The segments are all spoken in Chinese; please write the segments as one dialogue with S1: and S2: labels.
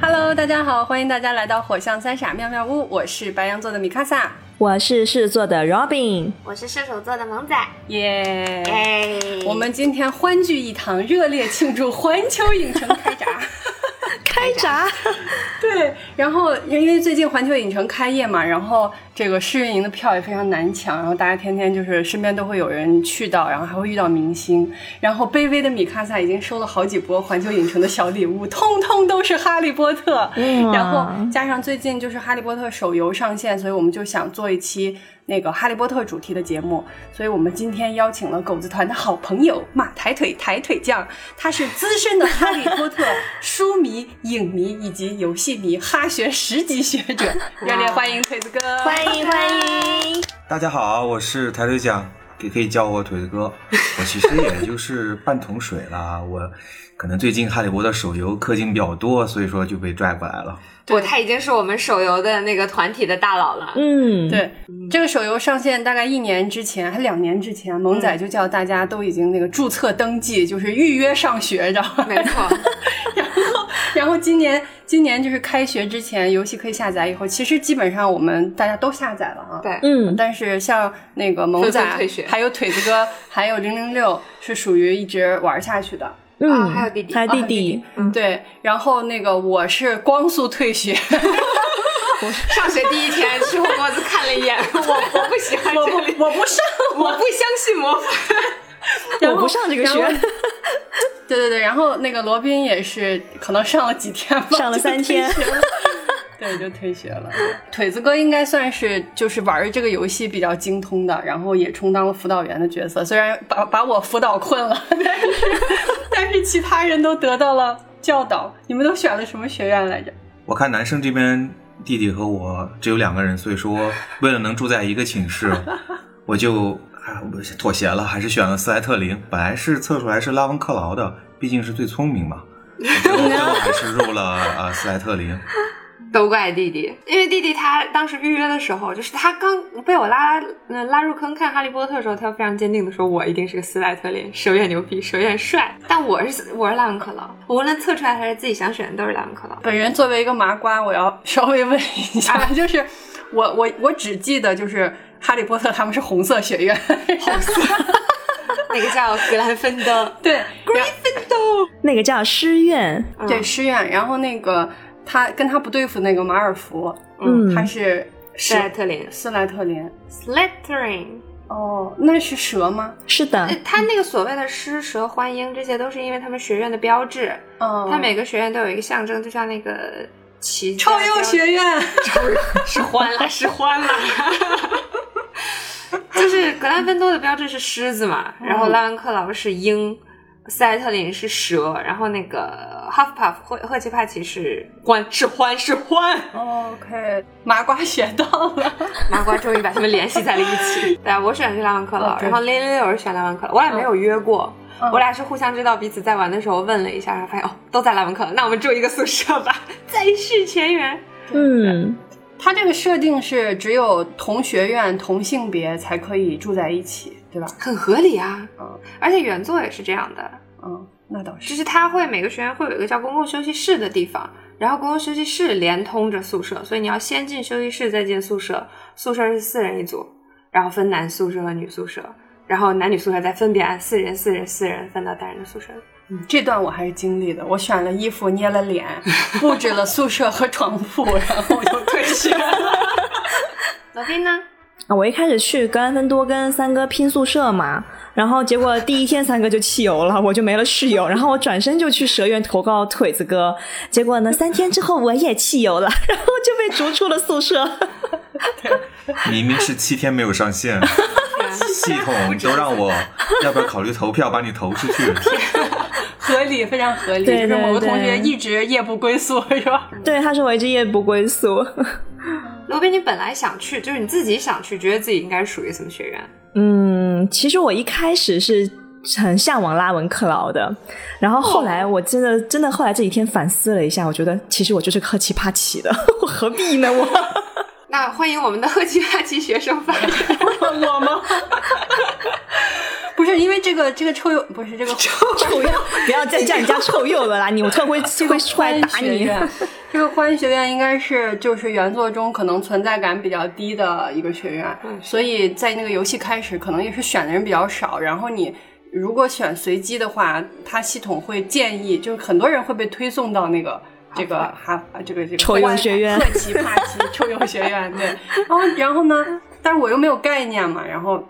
S1: Hello，大家好，欢迎大家来到火象三傻妙妙屋，我是白羊座的米卡萨，
S2: 我是狮子座的 Robin，
S3: 我是射手座的萌仔。
S1: 耶、
S3: 哎，
S1: 我们今天欢聚一堂，热烈庆祝环球影城开闸。
S2: 开闸，
S1: 对，然后因为最近环球影城开业嘛，然后这个试运营的票也非常难抢，然后大家天天就是身边都会有人去到，然后还会遇到明星，然后卑微的米卡萨已经收了好几波环球影城的小礼物，通通都是哈利波特，
S2: 嗯
S1: 然后加上最近就是哈利波特手游上线，所以我们就想做一期。那个哈利波特主题的节目，所以我们今天邀请了狗子团的好朋友马抬腿抬腿酱，他是资深的哈利波特书迷、影迷以及游戏迷，哈学十级学 者，热烈欢迎腿子哥！
S3: 欢迎欢迎，
S4: 大家好，我是抬腿讲，也可以叫我腿子哥。我其实也就是半桶水啦，我可能最近《哈利波特》手游氪金比较多，所以说就被拽过来了。
S3: 我他已经是我们手游的那个团体的大佬了。
S2: 嗯，，
S1: 对，这个手游上线大概一年之前，还两年之前，萌仔就叫大家都已经那个注册登记，就是预约上学，知道吗？
S3: 没错，
S1: 然后今年今年就是开学之前，游戏可以下载以后，其实基本上我们大家都下载了啊。
S3: 对，
S2: 嗯，
S1: 但是像那个萌仔
S3: 纷纷退学，
S1: 还有腿子 哥，还有零零六是属于一直玩下去的。
S2: 嗯，
S3: 啊还有弟弟
S2: 还有弟
S3: 哦弟
S2: 弟，
S1: 对，然后那个我是光速退学，
S3: 上学第一天吃火锅子看了一 眼，我我不喜欢
S1: 我
S3: 这里，
S1: 不我不上，
S3: 我不相信魔法。
S1: 然
S2: 我
S1: 后
S2: 不上这个
S1: 然后
S2: 学，
S1: 对对对，然后那个罗宾也是可能上了几天吧，
S2: 上了三天
S1: 就退学了， 对，就退学了。腿子哥应该算是就是玩这个游戏比较精通的，然后也充当了辅导员的角色，虽然把把我辅导困了， 但是但是其他人都得到了教导。你们都选了什么学院来着？
S4: 我看男生这边弟弟和我只有两个人，所以说为了能住在一个寝室，我就啊我妥协了，还是选了斯莱特林。本来是测出来是拉文克劳的，毕竟是最聪明嘛。最后最后还是入了呃斯莱特林。
S3: 都怪弟弟，因为弟弟他当时预约的时候，就是他刚被我拉拉拉入坑看《哈利波特》的时候，他非常坚定的说：“我一定是个斯莱特林，蛇越牛逼，蛇越帅。”但我是 我是拉文克劳，我无论测出来还是自己想选的都是拉文克劳。
S1: 本人作为一个麻瓜，我要稍微问一下，
S2: 啊
S1: 就是我我我只记得就是哈利波特他们是红色学院，
S3: 那个叫格兰芬 登，
S1: 对， 然
S2: 那个叫诗苑，
S1: 对，诗苑，然后那个他跟他不对付那个马尔福，
S2: 嗯
S1: 他是
S3: 斯莱特林
S1: 斯莱特林。
S3: ，Slytherin。
S1: 哦，那是蛇吗？
S2: 是的
S3: 呃，他那个所谓的狮蛇欢鹰，这些都是因为他们学院的标志，
S1: 哦，
S3: 他每个学院都有一个象征，就像那个旗子
S1: 超优 学院。
S3: 是欢啦，是欢啦。 就是格兰芬多的标志是狮子嘛，
S1: 嗯
S3: 然后拉文克劳是鹰，斯莱特林是蛇，然后那个哈夫帕夫赫赫奇帕奇是獾，是獾是獾。
S1: 哦 OK，麻瓜学到了。
S3: 麻瓜终于把他们联系在了一起。对啊，我选的是拉文克劳，
S1: 嗯对
S3: 然后零零六是选拉文克劳，我俩没有约过。
S1: 嗯
S3: 我俩是互相知道彼此在玩的时候问了一下，然后发现哦都在拉文克劳，那我们住一个宿舍吧，再世全员。
S2: 嗯，
S1: 他这个设定是只有同学院、同性别才可以住在一起，对吧？
S3: 很合理啊
S1: 嗯，
S3: 而且原作也是这样的，
S1: 嗯，那倒是
S3: 就。是它会每个学院会有一个叫公共休息室的地方，然后公共休息室连通着宿舍，所以你要先进休息室再进宿舍，宿舍是四人一组，然后分男宿舍和女宿舍，然后男女宿舍再分别按四人、四人、四人分到单人的宿舍里。
S1: 嗯这段我还是经历的，我选了衣服，捏了脸，布置了宿舍和床铺，然后我就退学了。
S3: 老斌呢？
S2: 啊我一开始去格兰芬多跟三哥拼宿舍嘛，然后结果第一天三哥就弃游了，我就没了室友，然后我转身就去蛇院投靠腿子哥，结果呢，三天之后我也弃游了，然后就被逐出了宿舍。
S4: 明明是七天没有上线，系统都让我要不要考虑投票把你投出去？
S1: 合理，非常合理。
S2: 对
S1: 就是某个
S2: 对
S1: 同学
S2: 对
S1: 一直夜不归宿，是吧？
S2: 对，他说我一直夜不归宿。
S3: 罗宾，你本来想去，就是你自己想去，觉得自己应该属于什么学院？
S2: 嗯，其实我一开始是很向往拉文克劳的，然后后来我真的、真的后来这几天反思了一下，我觉得其实我就是克奇帕奇的， 我何必呢？我
S3: 那欢迎我们的赫奇帕奇学生发言。
S1: 我吗？不是因为这个这个臭鼬不是这个臭
S2: 臭鼬，不要再叫人家臭鼬了啦！你我突然会会出来打
S1: 学
S2: 你。
S1: 院这个欢迎学院应该是就是原作中可能存在感比较低的一个学院，
S3: 嗯
S1: 所以在那个游戏开始，可能也是选的人比较少。然后你如果选随机的话，它系统会建议，就是很多人会被推送到那个。这个哈，这个这个
S2: 臭鼬学院
S1: 特奇帕奇臭鼬学院，对。然后然后呢？但是我又没有概念嘛。然后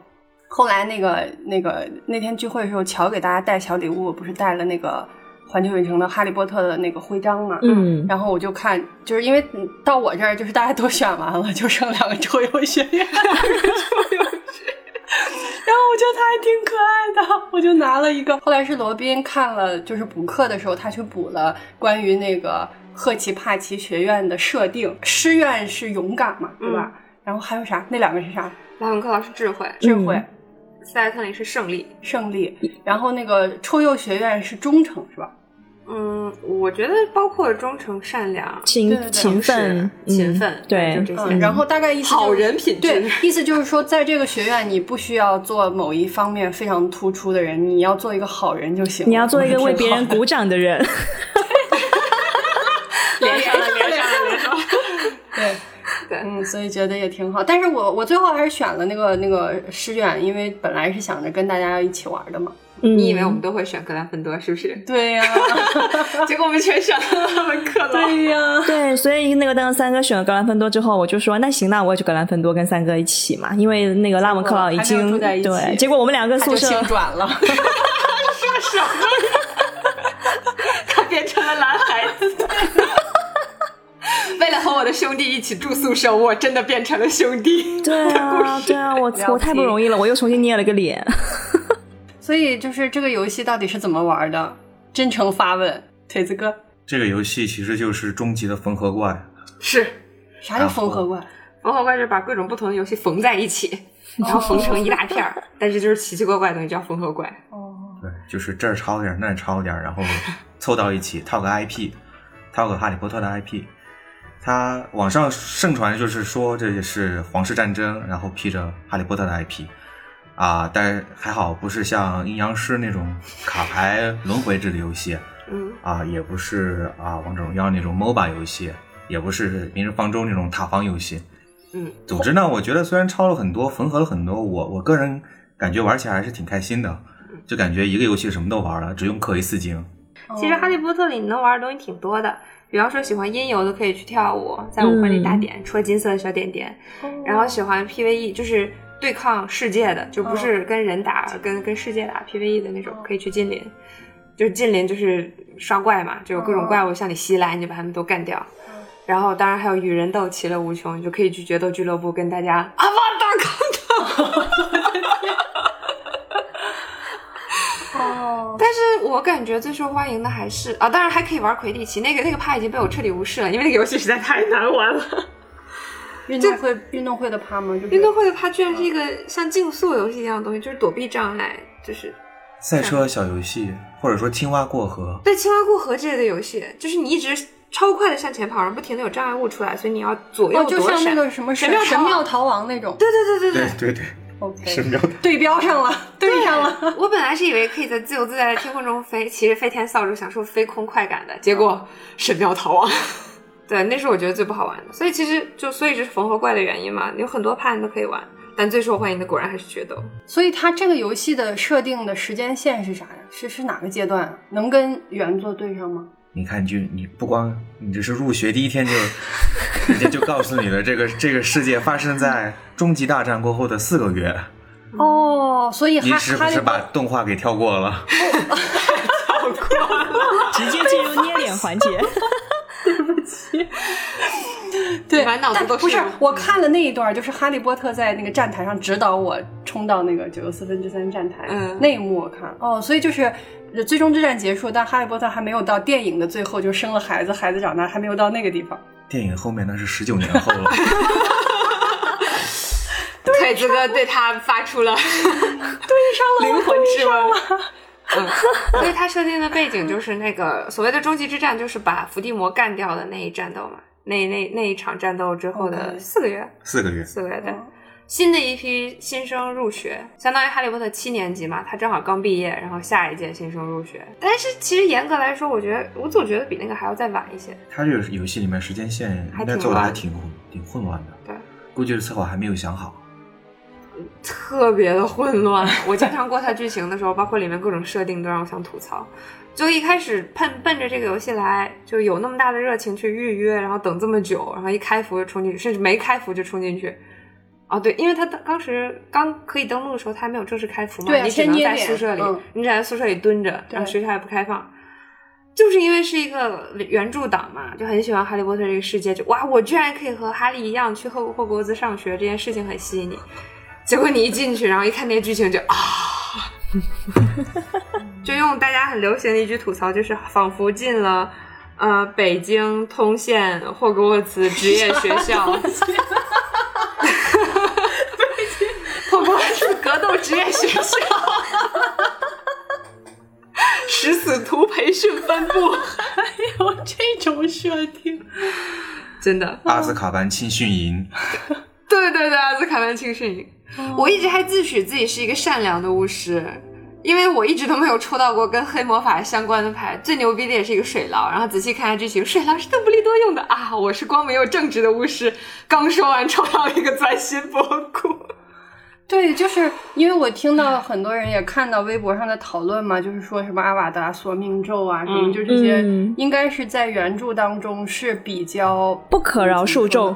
S1: 后来那个那个那天聚会的时候，乔给大家带小礼物，不是带了那个环球影城的《哈利波特》的那个徽章嘛？
S2: 嗯，
S1: 然后我就看，就是因为到我这儿，就是大家都选完了，就剩两个周游学院，然后我觉得他还挺可爱的，我就拿了一个。后来是罗宾看了，就是补课的时候，他去补了关于那个赫奇帕奇学院的设定，师院是勇敢嘛，对吧？然后还有啥？那两个是啥？
S3: 莱文克劳是智慧，
S1: 智慧、
S2: 嗯
S3: 斯莱特林是胜利。
S1: 胜利，然后那个臭鼬学院是忠诚，是吧？
S3: 嗯，我觉得包括忠诚、善良、
S1: 对对
S2: 勤
S1: 对
S2: 勤奋，
S3: 是勤
S2: 嗯
S3: 奋
S2: 对，
S3: 就这些
S1: 嗯，然后大概意思就是
S3: 好人品质
S1: 对，意思就是说，在这个学院，你不需要做某一方面非常突出的人，你要做一个好人就行了。
S2: 你要做一个为别人鼓掌的人。嗯
S3: 连上了，连上了，连上了。
S1: 对，
S3: 对
S1: 嗯，所以觉得也挺好。但是我我最后还是选了那个那个师院，因为本来是想着跟大家一起玩的嘛。
S2: 嗯
S3: 你以为我们都会选格兰芬多是不是？
S1: 对 呀、
S3: 结果我们全选了文克 劳。
S1: 对呀、
S2: 对，所以那个当三哥选了格兰芬多之后，我就说那行，那我也去格兰芬多跟三哥一起嘛，因为那个拉文克劳已
S1: 还没有
S2: 经
S1: 住在一起
S2: 对，结果我们两个
S1: 他
S2: 宿
S1: 就
S2: 舍
S1: 性转 了。
S3: 他变成了男孩子。 为了和我的兄弟一起住宿舍，我真的变成了兄 弟。
S2: 对啊，对啊，我我太不容易了，我又重新捏了个脸。
S1: 所以就是这个游戏到底是怎么玩的？真诚发问，腿子哥，
S4: 这个游戏其实就是终极的缝合怪，
S3: 是，
S1: 啥
S3: 啊
S1: 叫缝合怪？
S3: 缝合怪就是把各种不同的游戏缝在一起，然后缝成一大片儿，但是就是奇奇怪怪的东西叫缝合怪。
S1: 哦，
S4: 对，就是这儿抄点儿那儿抄点儿，然后凑到一起套个 IP，套个哈利波特的 IP。它网上盛传就是说这也是皇室战争，然后披着哈利波特的 IP 啊，但是还好不是像阴阳师那种卡牌轮回制的游戏
S3: 嗯，
S4: 啊，也不是啊王者荣耀那种 MOBA 游戏，也不是明日方舟那种塔防游戏。
S3: 嗯，
S4: 总之呢，我觉得虽然抄了很多，缝合了很多，我我个人感觉玩起来还是挺开心的，就感觉一个游戏什么都玩了，只用克里斯精。
S3: 其实《哈利波特》里你能玩的东西挺多的，比方说喜欢音游的可以去跳舞，在舞会里打点，戳金色的小点点。然后喜欢 PVE，就是对抗世界的，就不是跟人打，跟跟世界打 PVE 的那种，可以去近邻。就是近邻就是刷怪嘛，就有各种怪物向你袭来，你就把他们都干掉。然后当然还有与人斗，其乐无穷，你就可以去决斗俱乐部跟大家啊哇打抗斗。
S1: 哦，
S3: 但是我感觉最受欢迎的还是啊，当然还可以玩魁地奇，那个那个趴已经被我彻底无视了，因为那个游戏实在太难玩了。
S1: 运动会运动会的趴吗？就是
S3: 运动会的趴居然是一个像竞速游戏一样的东西，就是躲避障碍，就是
S4: 赛车小游戏，或者说青蛙过河，
S3: 对青蛙过河之类的游戏，就是你一直超快的向前跑，然后不停的有障碍物出来，所以你要左右
S1: 哦，
S3: 躲
S1: 就
S3: 闪。
S1: 像那个什么
S3: 神
S1: 神
S3: 庙
S1: 神
S3: 逃亡
S1: 庙逃亡那种。
S3: 对对对对对。
S4: 对对，
S1: OK，
S4: 标
S1: 对标上了，对上了。
S3: 我本来是以为可以在自由自在的天空中飞，骑着飞天扫帚享受飞空快感的，结果神庙逃亡。 对，那是我觉得最不好玩的。所以其实就所以这是缝合怪的原因嘛，有很多趴你都可以玩，但最受欢迎的果然还是决斗。
S1: 所以它这个游戏的设定的时间线是啥呀？是是哪个阶段啊？能跟原作对上吗？
S4: 你看就你不光你这是入学第一天就，人家就告诉你了，这个这个世界发生在终极大战过后的四个月，
S3: 嗯
S1: 哦，所以
S4: 你
S1: 哈
S4: 是不
S1: 哈利
S4: 是
S1: 波
S4: 把动画给跳过了？
S2: 直接进入捏脸环 节。
S1: 对，
S3: 满脑子都
S1: 但不
S3: 是
S1: 是我看了那一段，就是哈利波特在那个站台上指导我冲到那个九又四分之三站台、
S3: 嗯
S1: 那一幕，我看哦，所以就是呃最终之战结束，但哈利波特还没有到电影的最后就生了孩子，孩子长大还没有到那个地方。
S4: 电影后面那是十九年 后了，
S3: 对，子哥对他发出了对上了灵魂质问。嗯，所以他设定的背景就是那个所谓的终极之战，就是把伏地魔干掉的那一战斗嘛，那那那一场战斗之后的
S1: OK
S3: 四个月，
S4: 四个月。
S3: 四个月对。新的一批新生入学，相当于《哈利波特》七年级嘛，他正好刚毕业，然后下一届新生入学。但是其实严格来说，我觉得我总觉得比那个还要再晚 一些。
S4: 它这个游戏里面时间线
S3: 还
S4: 应该
S3: 挺
S4: 做的还
S3: 乱
S4: 挺混挺混乱的，
S3: 对，嗯
S4: 估计是策划还没有想好。
S3: 特别的混乱。我经常过它剧情的时候，包括里面各种设定，都让我想吐槽。就一开始奔奔着这个游戏来，就有那么大的热情去预约，然后等这么久，然后一开服就冲进去，甚至没开服就冲进去。哦，对，因为他当当时刚可以登录的时候，他还没有正式开服嘛，
S1: 对啊
S3: 你只能
S1: 先
S3: 在
S1: 捏脸
S3: 宿舍里，
S1: 嗯
S3: 你只能在宿舍里蹲着，
S1: 对
S3: 然后学校也不开放。就是因为是一个原著党嘛，就很喜欢哈利波特这个世界，就哇，我居然可以和哈利一样去霍霍格沃兹上学，这件事情很吸引你。结果你一进去，然后一看那些剧情就啊，就用大家很流行的一句吐槽，就是仿佛进了呃北京通县霍格沃兹职业学校， 霍格沃兹格斗职业学校，食死徒培训分部，
S1: 有这种设 定，
S3: 真的。
S4: 阿兹卡班青训营，
S3: 对对对，阿兹卡班青训营。我一直还自诩自己是一个善良的巫师，因为我一直都没有抽到过跟黑魔法相关的牌。最牛逼的也是一个水牢，然后仔细看一下剧情，水牢是邓布利多用的啊！我是光明又正直的巫师。刚说完，抽到一个钻心博古。
S1: 对，就是因为我听到很多人也看到微博上的讨论嘛，就是说什么阿瓦达索命咒啊，什么
S3: 嗯
S1: 就这些，
S2: 嗯
S1: 应该是在原著当中是比较
S2: 不可饶恕咒，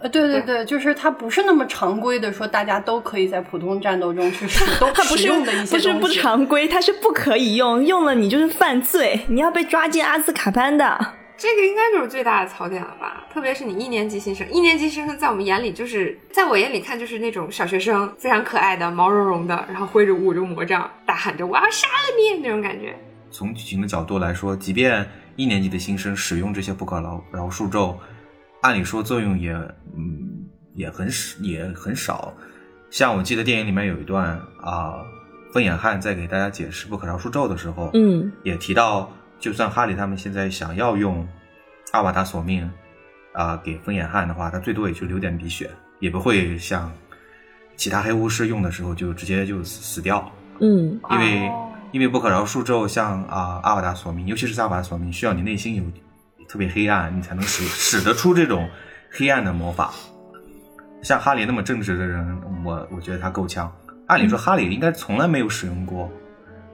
S1: 呃，对对对，就是它不是那么常规的说大家都可以在普通战斗中去 使都
S2: 它不
S1: 使
S2: 是
S1: 用的一些
S2: 不是不
S1: 东西
S2: 常规，它是不可以用，用了你就是犯罪，你要被抓进阿兹卡班的。
S3: 这个应该就是最大的槽点了吧？特别是你一年级新生，一年级新生在我们眼里就是，在我眼里看就是那种小学生，非常可爱的，毛茸茸的，然后挥着舞着魔杖，大喊着“我要杀了你”那种感觉。
S4: 从剧情的角度来说，即便一年级的新生使用这些不可饶饶恕咒，按理说作用也嗯也很少也很少。像我记得电影里面有一段啊，风眼汉在给大家解释不可饶恕咒的时候，
S2: 嗯，
S4: 也提到，就算哈利他们现在想要用阿瓦达索命啊、给风眼汉的话，他最多也就流点鼻血，也不会像其他黑巫师用的时候就直接就死死掉。
S2: 嗯，
S4: 因为、
S1: 哦
S4: 因为不可饶恕咒，像啊、阿瓦达索命，尤其是阿瓦达索命，需要你内心有特别黑暗，你才能使使得出这种黑暗的魔法。像哈利那么正直的人，我我觉得他够呛。按理说，哈利应该从来没有使用过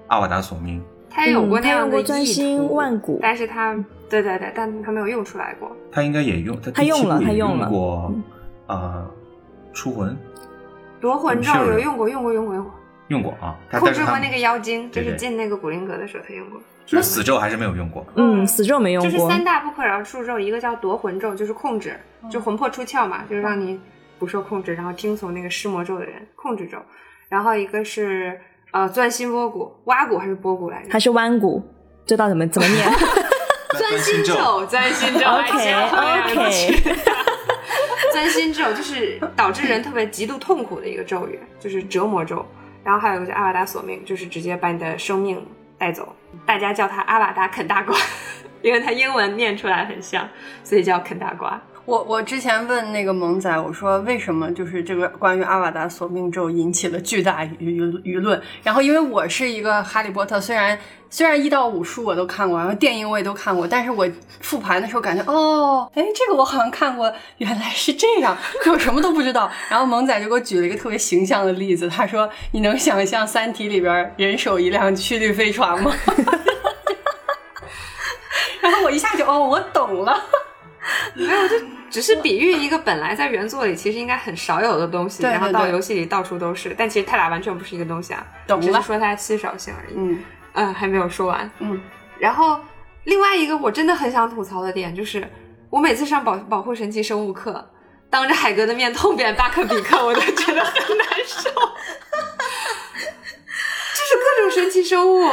S4: 阿瓦达索命，
S3: 他也有过
S2: 嗯
S3: 那样
S2: 他用过
S3: 的
S2: 专
S3: 意
S2: 心
S3: 图，
S2: 万古
S3: 但是他对对对，但他没有用出来过。
S4: 他应该也用，他
S2: 他用了
S4: 第七部也
S2: 他用了嗯
S4: 过，呃，出魂
S3: 夺魂咒
S4: 嗯是
S3: 有用过，用过，用过，用过，
S4: 用过啊，他
S3: 控
S4: 但是
S3: 制
S4: 他
S3: 过那个妖精，就
S4: 对
S3: 是
S4: 对
S3: 进那个古灵阁的时候他用过。
S4: 就是死咒还是没 有用过。
S2: 嗯，死咒没用
S3: 就是
S2: 过。嗯
S3: 三大不可饶恕咒，一个叫夺魂咒，就是控制，就魂魄出窍嘛，就是让你不受控制，然后听从那个施魔咒的人，控制咒。然后一个是呃钻心波骨，挖骨还是波骨来着
S2: 还？是弯骨，这道怎么怎么 念
S3: 钻心咒，钻心咒哎嗯
S2: ？OK OK，
S3: 钻心咒就是导致人特别极度痛苦的一个咒语，就是折磨咒。然后还有一个叫阿瓦达索命，就是直接把你的生命带走。大家叫它阿瓦达啃大瓜， 因为它英文念出来很像，所以叫啃大瓜。
S1: 我我之前问那个萌仔，我说为什么就是这个关于阿瓦达索命咒引起了巨大舆舆舆论，然后因为我是一个哈利波特，虽然虽然一到五书我都看过，然后电影我也都看过，但是我复盘的时候感觉哦，哎，这个我好像看过，原来是这样，可我什么都不知道。然后萌仔就给我举了一个特别形象的例子，他说：“你能想象《三体》里边人手一辆曲率飞船 吗？”然后我一下就哦，我懂了。
S3: 只是比喻一个本来在原作里其实应该很少有的东西，
S1: 对对
S3: 然后到
S1: 对
S3: 游戏里到处都是，但其实它俩完全不是一个东西啊，
S1: 懂
S3: 只
S1: 了
S3: 是说它稀少性而已。
S1: 嗯
S3: 嗯，还没有说完。
S1: 嗯。
S3: 然后另外一个我真的很想吐槽的点就是，我每次上保保护神奇生物课，当着海哥的面痛扁巴克比克，我都觉得很难受。 就是各种神奇生物，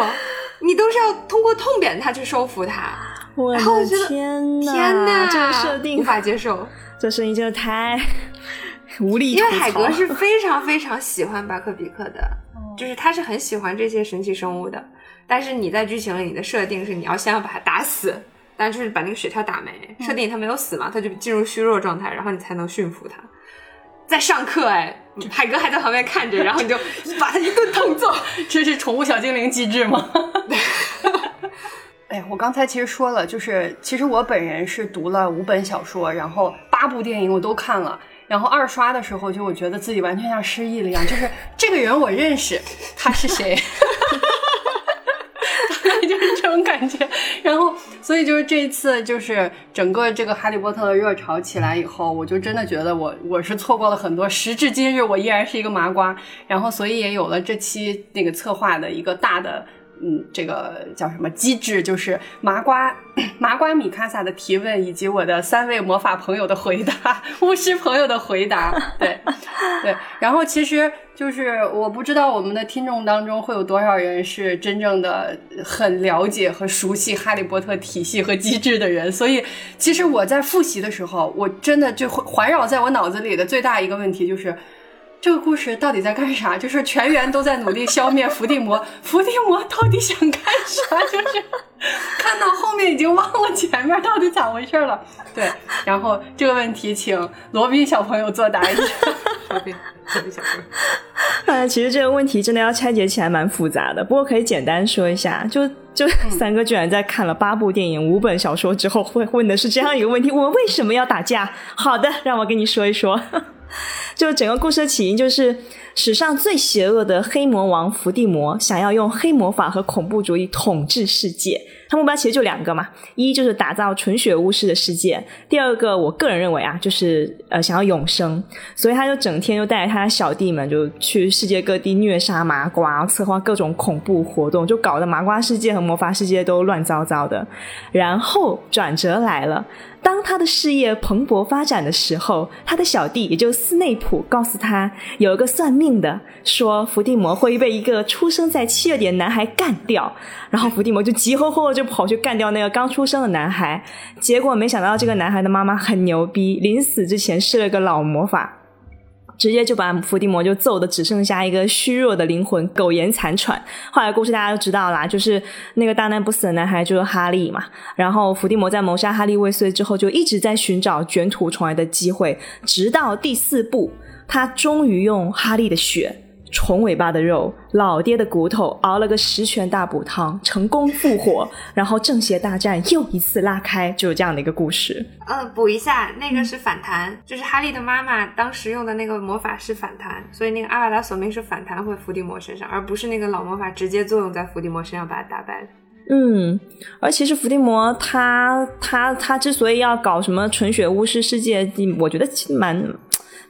S3: 你都是要通过痛扁它去收服它。
S2: 啊我
S3: 然后我
S2: 的
S3: 觉得
S2: 天呐，
S3: 天哪，
S2: 这个设
S3: 无
S2: 定，
S3: 法接受。
S2: 这设定真的太无力吐
S3: 因
S2: 槽。
S3: 为海格是非常非常喜欢巴克比克的，就是他是很喜欢这些神奇生物的。但是你在剧情里，你的设定是你要先要把它打死，但是嗯把那个血条打没。设定他没有死嘛，他就进入虚弱状态，然后你才能驯服它。在上课哎，海哥还在旁边看着，然后你就 把他一顿痛 揍。
S1: 这是宠物小精灵机制吗？ 哎，我刚才其实说了，就是其实我本人是读了五本小说，然后八部电影我都看了。然后二刷的时候，就我觉得自己完全像失忆了一样，就是这个人我认识，他是谁？ 就是这种感觉。然后，所以就是这一次，就是整个这个《哈利波特》的热潮起来以后，我就真的觉得我我是错过了很多，时至今日我依然是一个麻瓜。然后，所以也有了这期那个策划的一个大的。嗯，这个叫什么机制？就是麻瓜 麻瓜米卡萨的提问，以及我的三位魔法朋友的回答，巫师朋友的回答，对对。然后其实就是我不知道我们的听众当中会有多少人是真正的很了解和熟悉哈利波特体系和机制的人，所以其实我在复习的时候，我真的就环绕在我脑子里的最大一个问题就是。这个故事到底在干啥？就是全员都在努力消灭伏地魔，伏地魔到底想干啥？就是 看到后面已经忘了前面到底咋回事了。对，然后这个问题请罗宾小朋友作答一下。
S3: 罗宾，罗宾小朋友。
S2: 哎，其实这个问题真的要拆解起来蛮复杂的，不过可以简单说一下，就。就三哥居然在看了八部电影、五本小说之后，会问的是这样一个问题：我们为什么要打架？好的，让我跟你说一说。 就整个故事的起因，就是史上最邪恶的黑魔王伏地魔想要用黑魔法和恐怖主义统治世界。他目标其实就两个嘛，一就是打造纯血巫师的世界，第二个我个人认为啊，就是呃想要永生。所以他就整天就带着他的小弟们就去世界各地虐杀麻瓜，策划各种恐怖活动，就搞得麻瓜世界很。魔法世界都乱糟糟的，然后转折来了。当他的事业蓬勃发展的时候，他的小弟也就斯内普告诉他，有一个算命的说伏地魔会被一个出生在七月里的男孩干掉。然后伏地魔就急吼吼的就跑去干掉那个刚出生的男孩，结果没想到这个男孩的妈妈很牛逼，临死之前施了个老魔法。直接就把伏地魔就揍的只剩下一个虚弱的灵魂，苟延残喘。后来故事大家都知道啦，就是那个大难不死的男孩就是哈利嘛。然后伏地魔在谋杀哈利未遂之后，就一直在寻找卷土重来的机会，直到第四部，他终于用哈利的血、虫尾巴的肉、老爹的骨头熬了个十全大补汤，成功复活，然后正邪大战又一次拉开，就是这样的一个故事。
S3: 嗯，补一下，那个是反弹，就是哈利的妈妈当时用的那个魔法是反弹，所以那个阿瓦达索命是反弹回伏地魔身上，而不是那个老魔法直接作用在伏地魔身上把他打败的。
S2: 嗯，而其实伏地魔他他他之所以要搞什么纯血巫师世界，我觉得蛮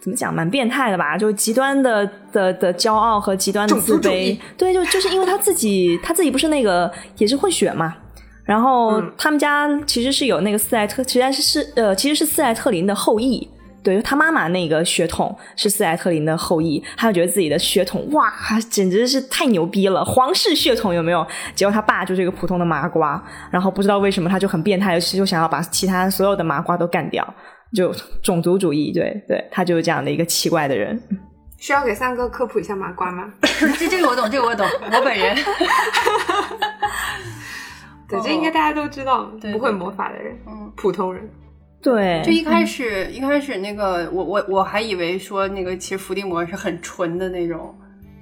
S2: 怎么讲，蛮变态的吧，就是极端的的的骄傲和极端的自
S3: 种族主
S2: 卑
S3: 义。
S2: 对，就就是因为他自己他自己不是那个也是混血嘛，然后
S3: 嗯
S2: 他们家其实是有那个斯莱特，其实是呃，其实是斯莱特林的后裔。对，他妈妈那个血统是斯莱特林的后裔，他就觉得自己的血统哇，简直是太牛逼了，皇室血统有没有？结果他爸就是一个普通的麻瓜，然后不知道为什么他就很变态，就想要把其他所有的麻瓜都干掉，就种族主义。对对，他就是这样的一个奇怪的人。
S3: 需要给三哥科普一下麻瓜吗？
S1: 这这个我懂，这个我懂，我本人。
S3: 对，
S1: 哦
S3: 这应该大家都知道，
S1: 对
S3: 不会魔法的人，
S1: 嗯
S3: 普通人。
S2: 对，
S1: 就一开始，一开始那个我我我还以为说那个其实伏地魔是很纯的那种，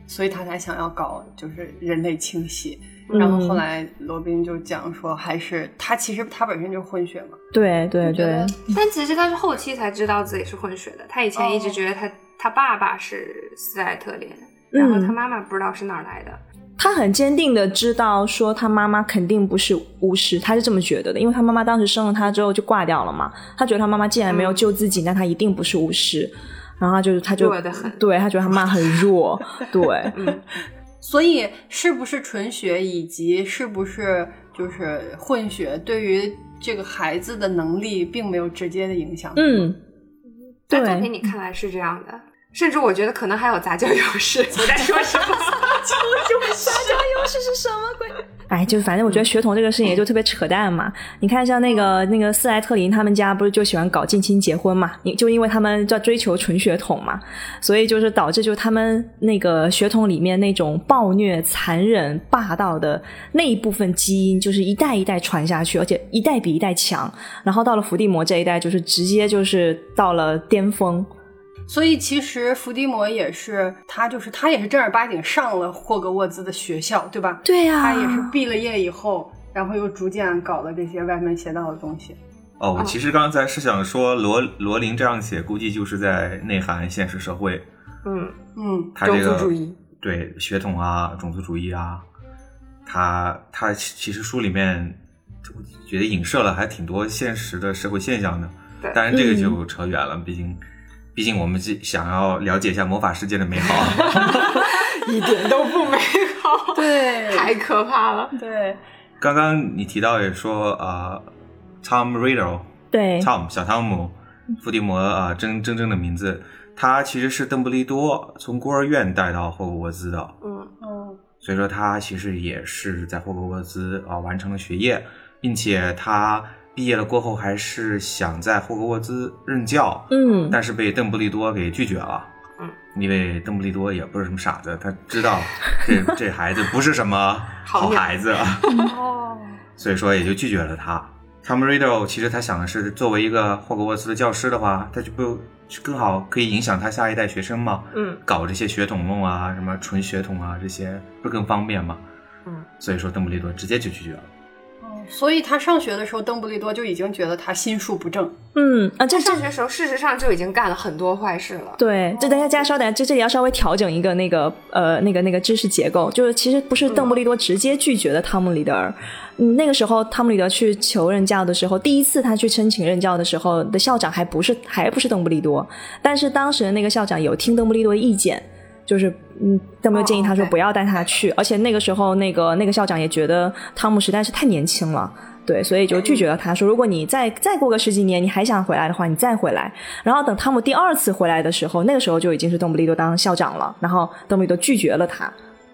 S1: 所以他才想要搞就是人类清洗。然后后来罗宾就讲说，还是他其实他本身就是混血嘛，
S2: 对对
S1: 觉
S2: 对
S1: 得，
S3: 但其实他是后期才知道自己是混血的，他以前一直
S1: 哦
S3: 觉得他、他爸爸是斯莱特林，然
S2: 嗯
S3: 后
S1: 嗯
S3: 他妈妈不知道是哪儿来的。
S2: 他很坚定的知道说他妈妈肯定不是巫师，他是这么觉得的，因为他妈妈当时生了他之后就挂掉了嘛，他觉得他妈妈既然没有救自己，那他一定不是巫师，然后他就是他就
S3: 弱得很
S2: 对他觉得他妈很弱，对，
S3: 嗯
S1: 所以是不是纯血以及是不是就是混血，对于这个孩子的能力并没有直接的影响。
S2: 嗯，
S3: 在
S2: 对
S3: 作品里看来是这样的，甚至我觉得可能还有杂交 优势。我在说什么？
S2: 优势是什么鬼？ 哎，就反正我觉得血统这个事情也就特别扯淡嘛。你看，像那个那个斯莱特林他们家不是就喜欢搞近亲结婚嘛？你就因为他们要追求纯血统嘛，所以就是导致就是他们那个血统里面那种暴虐、残忍、霸道的那一部分基因，就是一代一代传下去，而且一代比一代强。然后到了伏地魔这一代，就是直接就是到了巅峰。
S1: 所以其实伏地魔也是他，就是他也是正儿八经上了霍格沃兹的学校，对啊吧？
S2: 对呀、
S1: 他也是毕了业以后，然后又逐渐搞了这些歪门邪道的东西。
S4: 哦，
S2: 嗯
S4: 我其实刚才是想说罗罗琳这样写，估计就是在内涵现实社会，
S3: 嗯，
S1: 嗯，
S4: 他
S3: 种
S4: 这
S3: 族
S4: 个
S3: 主义，
S4: 对血统啊、种族主义啊，他他其其实书里面我觉得影射了还挺多现实的社会现象的
S3: 对，
S4: 当然这
S2: 嗯
S4: 个就扯远了，毕竟毕竟我们是想要了解一下魔法世界的美好。啊
S3: 一点都不美好，
S1: 对
S3: 太可怕了。
S1: 对，
S4: 刚刚你提到也说啊、t o m Riddle
S2: 对，
S4: Tom 小汤姆，伏地魔啊、呃真真正的名字，他其实是邓布利多从孤儿院带到霍格沃兹的，
S3: 嗯，
S1: 嗯
S4: 所以说他其实也是在霍格沃兹啊、完成了学业，并且他毕业了过后还是想在霍格沃兹任教，
S2: 嗯，
S4: 但是被邓布利多给拒绝了。
S3: 嗯，
S4: 因为邓布利多也不是什么傻子，他知道这这孩子不是什么好
S3: 好鸟
S4: 孩子。啊
S1: 哦，
S4: 所以说也就拒绝了他。Tom Riddle 其实他想的是，作为一个霍格沃兹的教师的话，他就不更好可以影响他下一代学生嘛？
S3: 嗯，
S4: 搞这些血统论啊，什么纯血统啊这些，不是更方便吗？
S3: 嗯，
S4: 所以说邓布利多直接就拒绝了。
S1: 哦所以他上学的时候，邓布利多就已经觉得他心术不正。
S2: 嗯啊，这
S3: 他
S2: 这
S3: 上学时候事实上就已经干了很多坏事了。
S2: 对，这大家家稍等，这这里要稍微调整一个那个呃那个那个知识结构，就是其实不是邓布利多直接拒绝的汤姆里德尔，嗯，那个时候汤姆里德去求任教的时候，第一次他去申请任教的时候的校长还不是还不是邓布利多，但是当时那个校长有听邓布利多的意见。就是，嗯，邓布利多建议他说
S3: 哦对
S2: 不要带他去，而且那个时候，那个那个校长也觉得汤姆实在是太年轻了，对，所以就拒绝了他，说如果你再再过个十几年，你还想回来的话，你再回来。然后等汤姆第二次回来的时候，那个时候就已经是邓布利多当校长了，然后邓布利多拒绝了他，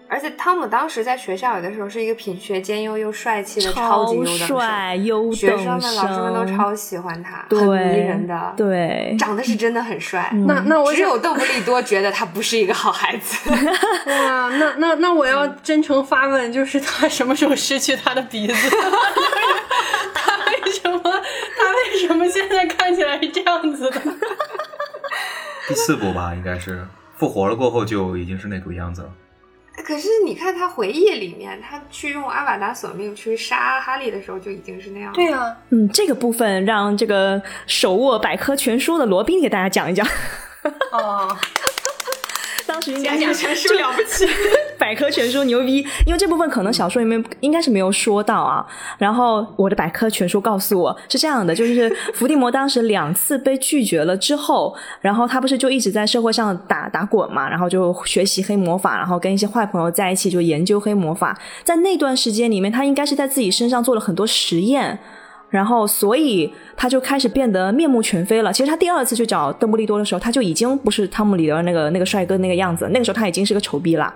S3: 而且汤姆当时在学校里的时候是一个品学兼优又帅气的级优等生，
S2: 帅优
S3: 学
S2: 等
S3: 生们、老师们都超喜欢他，
S2: 对
S3: 很迷人的，，
S2: 对，
S3: 长得是真的很帅。
S2: 嗯
S1: 那那我
S3: 只
S1: 想
S3: 有邓布利多觉得他不是一个好孩子，
S1: 哇，那那那我要真诚发问，就是他什么时候失去他的鼻 子？他为什么他为什么现在看起来是这样子的？
S4: 第四部吧，应该是复活了过后就已经是那个样子了。
S3: 可是你看他回忆里面，他去用阿瓦达索命去杀哈利的时候就已经是那样了。
S1: 对啊，
S2: 嗯，这个部分让这个手握百科全书的罗宾给大家讲一讲，
S1: 哦，
S2: 当时应该
S3: 讲
S2: 是
S3: 讲成书了不起，
S2: 百科全书牛逼，因为这部分可能小说里面应该是没有说到啊。然后我的百科全书告诉我是这样的，就是伏地魔当时两次被拒绝了之后，然后他不是就一直在社会上打打滚嘛，然后就学习黑魔法，然后跟一些坏朋友在一起就研究黑魔法。在那段时间里面，他应该是在自己身上做了很多实验。然后，所以他就开始变得面目全非了。其实他第二次去找邓布利多的时候，他就已经不是汤姆里德那个那个帅哥那个样子，那个时候他已经是个丑逼了。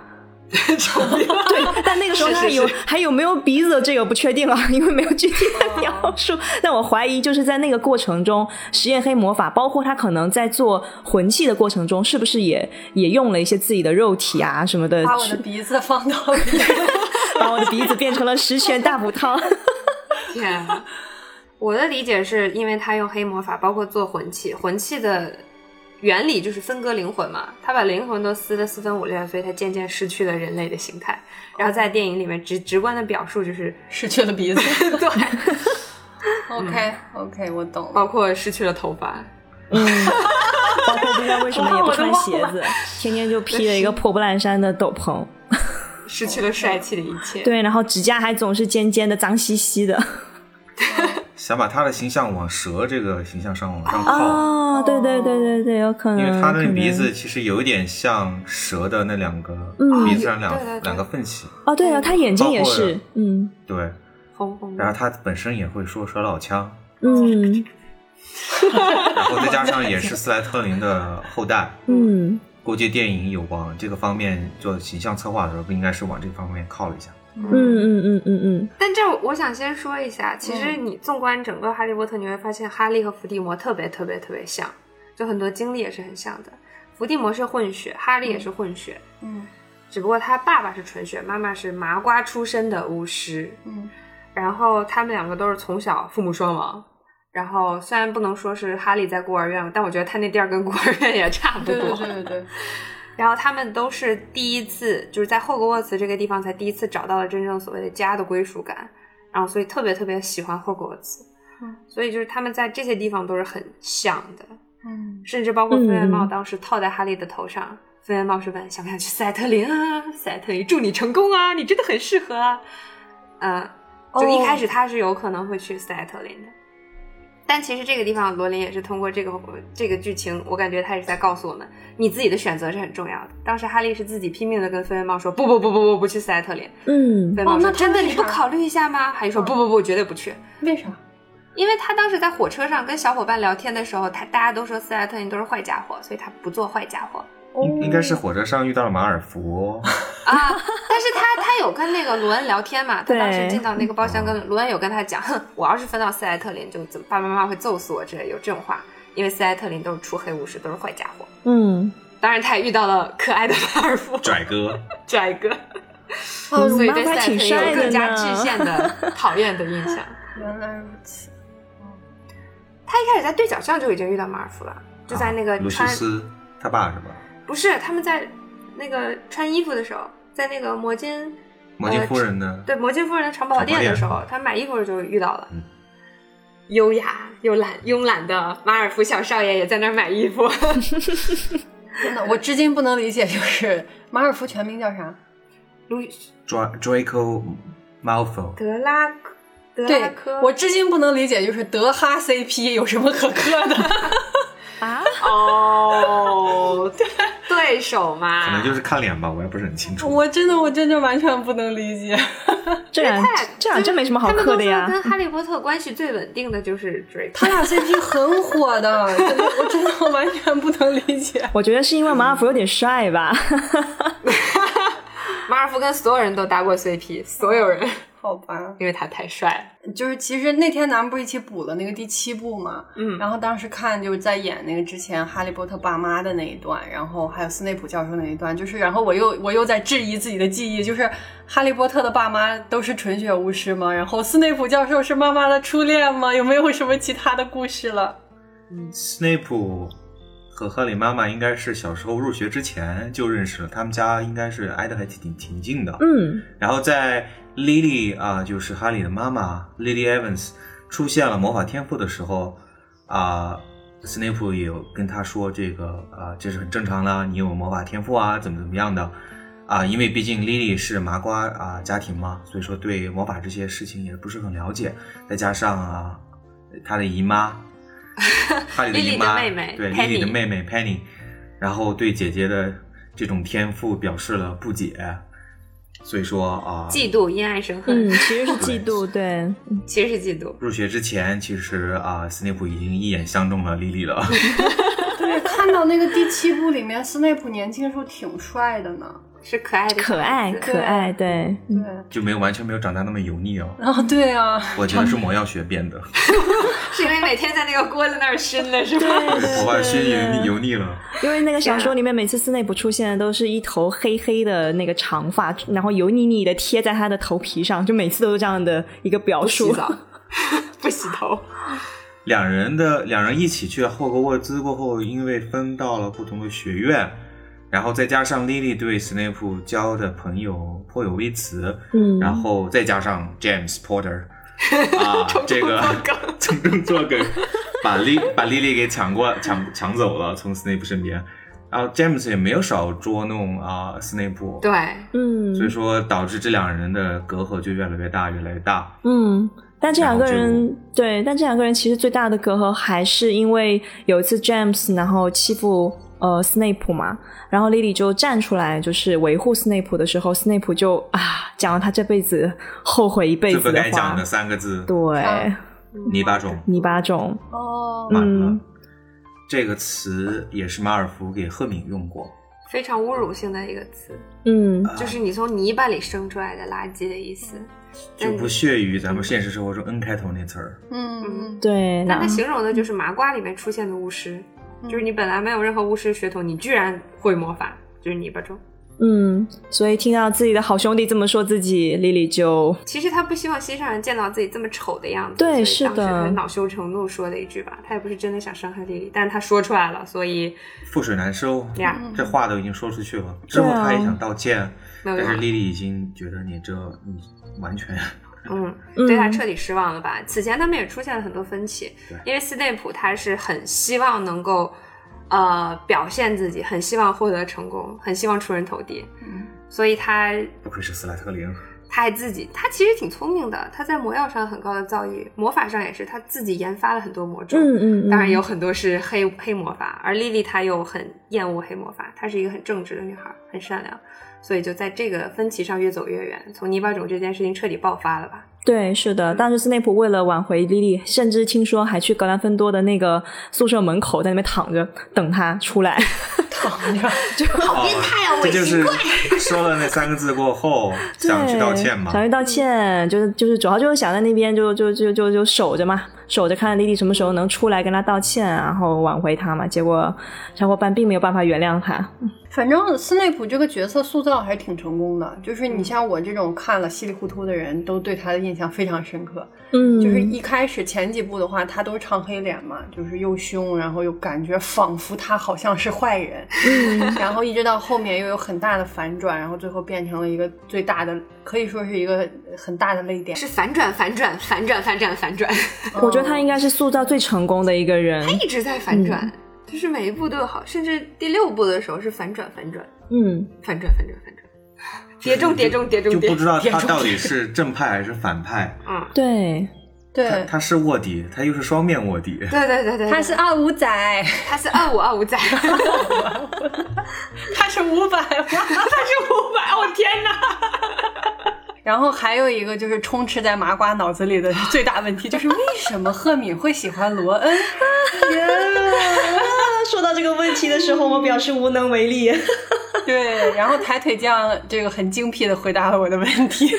S2: 对， 但那个时候他
S3: 是是
S2: 有还有没有鼻子，这个不确定啊， 因为没有具体的描述。但我怀疑就是在那个过程中，实验黑魔法，包括他可能在做魂器的过程中，是不是也也用了一些自己的肉体啊什么 的，
S1: 把我
S2: 去
S1: 的鼻子放到鼻子。
S2: 把我的鼻子变成了十全大补汤。
S3: 天啊！ 我的理解是因为他用黑魔法，包括做魂器，魂器的原理就是分割灵魂嘛，他把灵魂都撕得四分五裂，所以他渐渐失去了人类的形态。然后在电影里面直直观的表述就是，
S1: 失去了鼻子。嗯
S3: 对，
S1: OK OK，我懂了。
S3: 包括失去了头发，
S2: 嗯，包括不知道为什么也不穿鞋
S3: 我都忘
S2: 子，天天就披了一个破破烂衫的斗篷，
S3: 失去了帅气的一切。
S2: 对，然后指甲还总是尖尖的、脏兮兮的。
S4: 想把他的形象往蛇这个形象上往上靠，
S2: 哦，对对对对对，有可能，
S4: 因为他
S2: 可
S4: 的那个
S2: 能
S4: 鼻子其实有一点像蛇的那两个、
S2: 嗯
S4: 鼻子上两
S3: 对对对
S4: 两个缝隙，
S2: 哦，对啊，他眼睛也
S4: 包括
S2: 是，嗯
S4: 对。
S3: 红红
S4: 然后
S3: 的，
S4: 他本身也会说甩老腔，
S2: 嗯
S4: 然后再加上 也是斯莱特林的后代，
S2: 嗯，
S4: 估计电影有往这个方面做形象策划的时候，不应该是往这方面靠了一下。
S2: 嗯嗯嗯嗯嗯，
S3: 但这我想先说一下，其实你纵观整个《哈利波特》，你会发现哈利和伏地魔特别特别特别像，就很多经历也是很像的。伏地魔是混血，哈利也是混血，
S1: 嗯
S3: 只不过他爸爸是纯血，妈妈是麻瓜出身的巫师，
S1: 嗯
S3: 然后他们两个都是从小父母双亡，然后虽然不能说是哈利在孤儿院，但我觉得他那地儿跟孤儿院也差不多。
S1: 对对对对对，
S3: 然后他们都是第一次，就是在霍格沃茨这个地方才第一次找到了真正所谓的家的归属感，然后所以特别特别喜欢霍格沃茨。
S1: 嗯，
S3: 所以就是他们在这些地方都是很像的，
S1: 嗯，
S3: 甚至包括飞檐帽
S2: 嗯
S3: 当时套在哈利的头上，飞檐帽是问想不想去赛特林啊？赛特林祝你成功啊！你真的很适合啊。嗯，就一
S1: 哦
S3: 开始他是有可能会去斯莱特林的，但其实这个地方罗琳也是通过这个这个剧情，我感觉他也是在告诉我们，你自己的选择是很重要的。当时哈利是自己拼命的跟飞檐帽说，不不不不不不去斯莱特林。
S2: 嗯
S3: 飞檐帽
S1: 哦
S3: 说、
S1: 那他
S3: 真的
S1: 为
S3: 你不
S1: 啥嗯
S3: 考虑一下吗？还说不不不绝对不去，
S1: 为啥？
S3: 因为他当时在火车上跟小伙伴聊天的时候，他大家都说斯莱特林都是坏家伙，所以他不做坏家伙。
S1: 哦
S4: 应应该是火车上遇到了马尔 福，
S3: 啊！但是他他有跟那个罗恩聊天嘛？他
S2: 对嗯
S3: 当时进到那个包厢跟罗恩有跟他讲，哼，我要是分到斯莱特林，就怎么爸爸妈妈会揍死我之类，有这种话。因为斯莱特林都是出黑武士，都是坏家伙。
S2: 嗯，
S3: 当然，他也遇到了可爱的马尔福
S4: 拽哥。
S3: 拽哥，
S2: 哦
S3: 所以对斯
S2: 妈妈
S3: 莱特
S2: 挺
S3: 林有
S2: 帅的
S3: 更加
S2: 呢 啊
S3: 具现的讨厌的印象。
S1: 原来如此。
S3: 他一开始在对角巷就已经遇到马尔福了，就在那个
S4: 啊鲁西
S3: 穿
S4: 斯他爸是吧？
S3: 不是他们在那个穿衣服的时候，在那个魔金呃
S4: 魔镜夫人呢？
S3: 对魔镜夫人的城堡店的时候，他买衣服的时候遇到了。
S4: 嗯
S3: 优雅又懒慵懒的马尔福小少爷也在那儿买衣 服，
S1: 真的，我至今不能理解，就是马尔福全名叫啥？
S3: 卢
S4: Dra- Draco Malfoy，
S3: 德拉克德拉
S1: 对
S3: 科，，
S1: 我至今不能理解，就是德哈 CP 有什么可磕 的？
S2: 啊，
S3: 哦，对对手嘛，
S4: 可能就是看脸吧，我也不是很清楚。
S1: 我真的，我真的完全不能理解。
S2: 这俩这俩真没什么好磕的呀
S3: 他。们都说跟哈利波特关系最稳定的就是追
S1: 他俩 CP 很火 的，真的，我真的完全不能理解。
S2: 我觉得是因为马尔福有点帅吧，
S3: 马尔福跟所有人都搭过 CP，所有人，
S1: 好吧，
S3: 因为他太帅了。
S1: 就是其实那天咱们不是一起补了那个第七部嘛，
S3: 嗯
S1: 然后当时看就是在演那个之前哈利波特爸妈的那一段，然后还有斯内普教授那一段，就是然后我又我又在质疑自己的记忆，就是哈利波特的爸妈都是纯血巫师吗？然后斯内普教授是妈妈的初恋吗？有没有什么其他的故事了？
S3: 嗯
S4: 斯内普和哈利妈妈应该是小时候入学之前就认识了，他们家应该是挨得还挺挺近的。
S2: 嗯，
S4: 然后在 Lily 啊、就是哈利的妈妈 Lily Evans 出现了魔法天赋的时候，啊、斯内普也有跟他说这个啊、这是很正常啦，你有魔法天赋啊，怎么怎么样的啊、因为毕竟 Lily 是麻瓜啊、家庭嘛，所以说对魔法这些事情也不是很了解，再加上啊、他的姨妈，哈利的姨
S3: Lily
S4: 妈，
S3: 的妹妹
S4: 啊对
S3: Penny
S4: Lily 的妹妹 Penny，然后对姐姐的这种天赋表示了不解，所以说啊，
S3: 嫉妒、因爱生恨，
S2: 嗯，其实是嫉妒，对，
S3: 其实是嫉妒。
S4: 入学之前，其实啊，斯内普已经一眼相中了莉莉了。
S1: 对， 看到那个第七部里面斯内普年轻时候挺帅的呢。
S3: 是可爱的小
S2: 可爱
S3: 孩子，
S2: 可爱，对，
S1: 对，
S4: 就没有完全没有长大那么油腻哦，
S3: 嗯
S1: 然后对啊，
S4: 我觉得是魔药学变的，
S3: 是因为每天在那个锅子那儿熏的是吗？
S2: 对
S4: 头发熏油腻
S2: 对
S4: 油腻了。
S2: 因为那个小说里面每次斯内普出现的都是一头黑黑的那个长发，然后油腻腻的贴在他的头皮上，就每次都是这样的一个表
S3: 洗
S2: 述。
S3: 澡， 不洗头。
S4: 两人的两人一起去霍格沃兹过后，因为分到了不同的学院，然后再加上莉莉对斯内普交的朋友颇有微词，
S2: 嗯，
S4: 然后再加上 James Porter 啊，这个 从中作梗，把莉把莉莉给抢过抢抢走了，从斯内普身边。然后 James 也没有少捉弄啊斯内普，
S3: 对，
S2: 嗯，
S4: 所以说导致这两人的隔阂就越来越大，越来越大。
S2: 嗯，但这两个
S4: 然后
S2: 人对，但这两个人其实最大的隔阂还是因为有一次 James 然后欺负呃斯内普嘛，然后莉莉就站出来就是维护斯内普的时候，斯内普就啊讲了他这辈子后悔一辈
S4: 最
S2: 子
S4: 不
S2: 话
S4: 该讲的，三个字，
S2: 对
S1: 啊，
S4: 泥巴种
S2: 泥巴种，
S1: 哦，
S4: 满了。
S2: 嗯
S4: 这个词也是马尔福给赫敏用过。
S3: 非常侮辱性的一个词，
S2: 嗯，
S3: 就是你从泥巴里生出来的垃圾的意思。
S4: 就
S2: 嗯
S4: 不屑于咱们现实生活中 N 开头那词儿，
S1: 嗯，
S2: 对，
S3: 但
S2: 那
S3: 它形容的就是麻瓜里面出现的巫师，
S1: 嗯
S3: 就是你本来没有任何巫师血统，你居然会魔法，就是泥巴中。
S2: 嗯，所以听到自己的好兄弟这么说自己，莉莉就
S3: 其实他不希望心上人见到自己这么丑的样子，
S2: 对
S3: 所以
S2: 是的
S3: 当时他恼羞成怒说了一句吧，他也不是真的想伤害莉莉，但是他说出来了，所以
S4: 覆水难收嗯
S3: 呀，
S4: 这话都已经说出去了。之后
S2: 对啊
S4: 他也想道歉，
S3: 没有
S4: 但是
S3: 用。
S4: 丽丽已经觉得你这你完全
S3: 嗯，
S2: 嗯
S3: 对他彻底失望了吧？此前他们也出现了很多分歧
S4: 对，
S3: 因为斯内普他是很希望能够呃表现自己，很希望获得成功，很希望出人头地，
S1: 嗯
S3: 所以他
S4: 不愧是斯莱特林。
S3: 他还自己，他其实挺聪明的，他在魔药上很高的造诣，魔法上也是，他自己研发了很多魔咒。
S2: 嗯嗯，嗯
S3: 当然有很多是黑黑魔法，而莉莉她又很厌恶黑魔法，她是一个很正直的女孩，很善良，所以就在这个分歧上越走越远，从泥巴种这件事情彻底爆发了吧？
S2: 对，是
S4: 嗯
S2: 的。当时斯内普为了挽回莉莉，甚至听说还去格兰芬多的那个宿舍门口，在那边躺着等她出来。
S1: 躺着，
S4: 好变态啊！这就是 说了那三个字过后，想去道歉嘛
S2: 对？想去道歉，就是就是主要就是想在那边就就就就就守着嘛，守着看莉莉什么时候能出来跟她道歉，然后挽回她嘛。结果小伙伴并没有办法原谅她。
S1: 反正斯内普这个角色塑造还是挺成功的，就是你像我这种看了稀里糊涂的人都对他的印象非常深刻。
S2: 嗯，
S1: 就是 一开始前几部的话，他都唱黑脸嘛，就是又凶，然后又感觉仿佛他好像是坏人，然后一直到后面又有很大的反转，然后最后变成了一个最大的，可以说是一个很大的泪点。
S3: 是反转，反转，反转，反转，反转，
S2: 我觉得她应该是塑造最成功的一个人。
S3: 一直在反
S4: 嗯
S3: 转，就是每一步都有好，甚至第六部的时候是反转，反转，
S2: 嗯，
S3: 反转，反转，反转，叠中，叠中，叠中，
S4: 就
S3: 叠
S4: 不知道
S3: 叠
S4: 他
S3: 中
S4: 到底是正派还是反派。
S3: 嗯，
S2: 对，
S4: 他
S1: 对，
S4: 他是卧底，他又是双面卧底。
S3: 对对对对，
S1: 他是二五仔，
S3: 他是二五二 五仔，他是
S1: 他是五百万。
S3: 五百，我天哪！
S1: 然后还有一个就是充斥在麻瓜脑子里的最大问题，就是为什么赫敏会喜欢罗 恩？
S4: 啊
S2: 说到这个问题的时候，我表示无能为力。
S1: 对，然后抬腿酱这个很精辟的回答了我的问 题。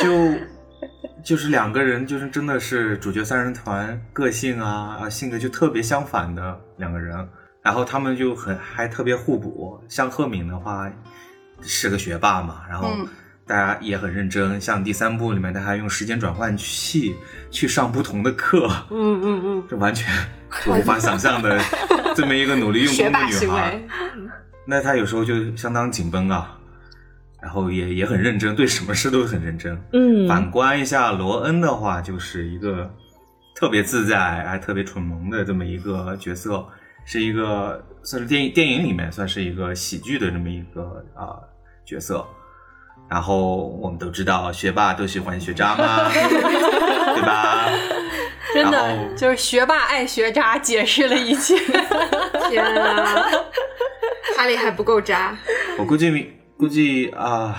S4: 就就是两个人，就是真的是主角三人团，个性啊啊性格就特别相反的两个人，然后他们就很还特别互补。像赫敏的话是个学霸嘛，然后
S1: 嗯
S4: 大家也很认真。像第三部里面，他还用时间转换器去上不同的课，
S3: 嗯嗯嗯，
S4: 这 完全我无法想象的这么一个努力用
S3: 学
S4: 功的
S3: 霸
S4: 女
S3: 行
S4: 孩
S3: 为。。
S4: 那她有时候就相当紧绷啊，然后也也很认真，对什么事都很认真。
S2: 嗯，
S4: 反观一下罗恩的话，就是一个特别自在哎特别蠢萌的这么一个角色，是一个算是电影电影里面算是一个喜剧的这么一个啊、角色。然后我们都知道，学霸都喜欢学渣嘛，对吧？
S1: 真
S4: 然后
S1: 的就是学霸爱学渣，解释了一切。
S3: 天啊，哈利还不 够渣，
S4: 我估计估计啊、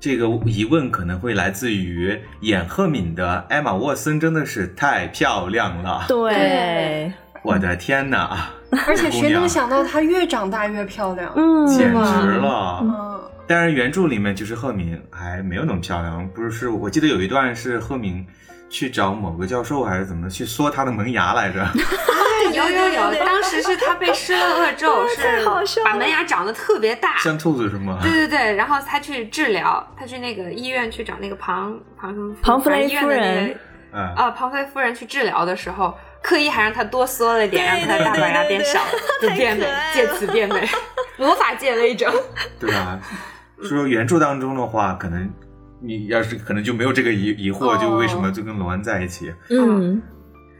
S4: 这个疑问可能会来自于演赫敏的艾玛沃森真的是太漂亮 了，
S2: 对
S1: 对，
S4: 我的天哪！
S1: 而且谁能
S4: 姑娘
S1: 想到她越长大越漂亮？
S2: 嗯，
S4: 简直了！
S1: 嗯，
S4: 但是原著里面就是赫敏还没有那么漂亮，不是是我记得有一段是赫敏去找某个教授还是怎么去缩她的门牙来 着，
S3: 有有有，当时是他被施了恶咒，
S2: 太好笑
S3: 是
S2: 了
S3: 把门牙长得特别大。
S4: 像兔子是吗
S3: 对？对对，然后他去治疗，他去那个医院去找那个庞庞什么
S2: 庞
S3: 夫
S2: 弗雷
S3: 医院的那
S2: 夫
S3: 个
S2: 人
S4: 嗯，
S3: 啊，庞菲夫人去治疗的时候，刻意还让她多缩了点，让她的大板牙变小， 就变美，借此变美，魔法界微整。
S4: 对吧？所以说原著当中的话，可能你要是可能就没有这个疑疑惑，就为什么就跟罗恩在一起。
S2: 嗯，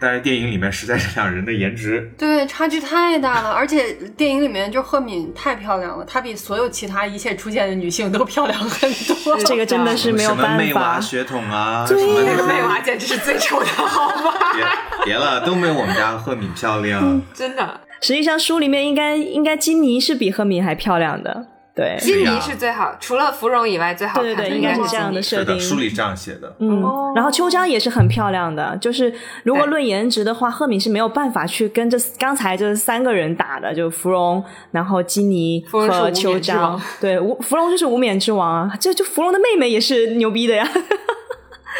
S4: 但是电影里面实在是两人的颜值，
S1: 对，差距太大了。而且电影里面就赫敏太漂亮了，她比所有其他一切出现的女性都漂亮很多。
S2: 这个真的是没有
S4: 什么
S2: 办
S4: 妹
S2: 法
S4: 娃。血统啊，什
S2: 对呀
S4: 么
S3: 那
S4: 那
S3: 个
S4: 些
S3: 妹娃简直是最丑的，好吗？
S4: 别别了，都没有我们家赫敏漂亮。
S2: 嗯
S3: 真
S4: 哎
S3: 的，
S2: 实际上书里面应该应该金妮是比赫敏还漂亮的，对，
S3: 金
S4: 对
S3: 妮
S4: 呀
S3: 是最好，除了芙蓉以外最好看
S2: 对
S3: 的
S2: 对对，
S3: 应
S2: 应该
S3: 该
S2: 是
S3: 是
S2: 这样的
S3: 金妮
S2: 设
S4: 是
S2: 定
S4: 的，。书里这样写的。
S2: 嗯
S3: 哦，
S2: 然后秋张也是很漂亮的，就是如
S4: 哎
S2: 果
S3: 对
S2: 论颜值的话，赫敏是没有办法去跟这刚才这三个人打的，就芙蓉，然后基尼
S3: 芙蓉是无
S2: 和
S3: 冕之
S2: 秋张
S3: 王。
S2: 对，无芙蓉就是无冕之王啊，就就芙蓉的妹妹也是牛逼的呀。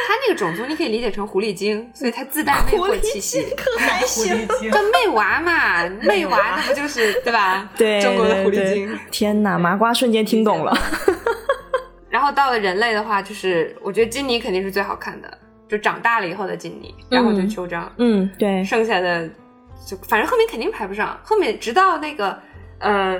S3: 她那个种族你可以理解成狐狸精，所以它自带魅惑气息。
S2: 可还行？
S3: 叫 媚娃嘛，媚娃那不就是对吧？
S2: 对，
S3: 中国的狐狸
S2: 对
S3: 精。。
S2: 天哪，麻瓜瞬间听懂了。
S3: 然后到了人类的话，就是我觉得金妮肯定是最好看的，就长大了以后的金妮，然后就秋张，
S2: 嗯，对，
S3: 剩下的就反正后面肯定排不上，后面直到那个呃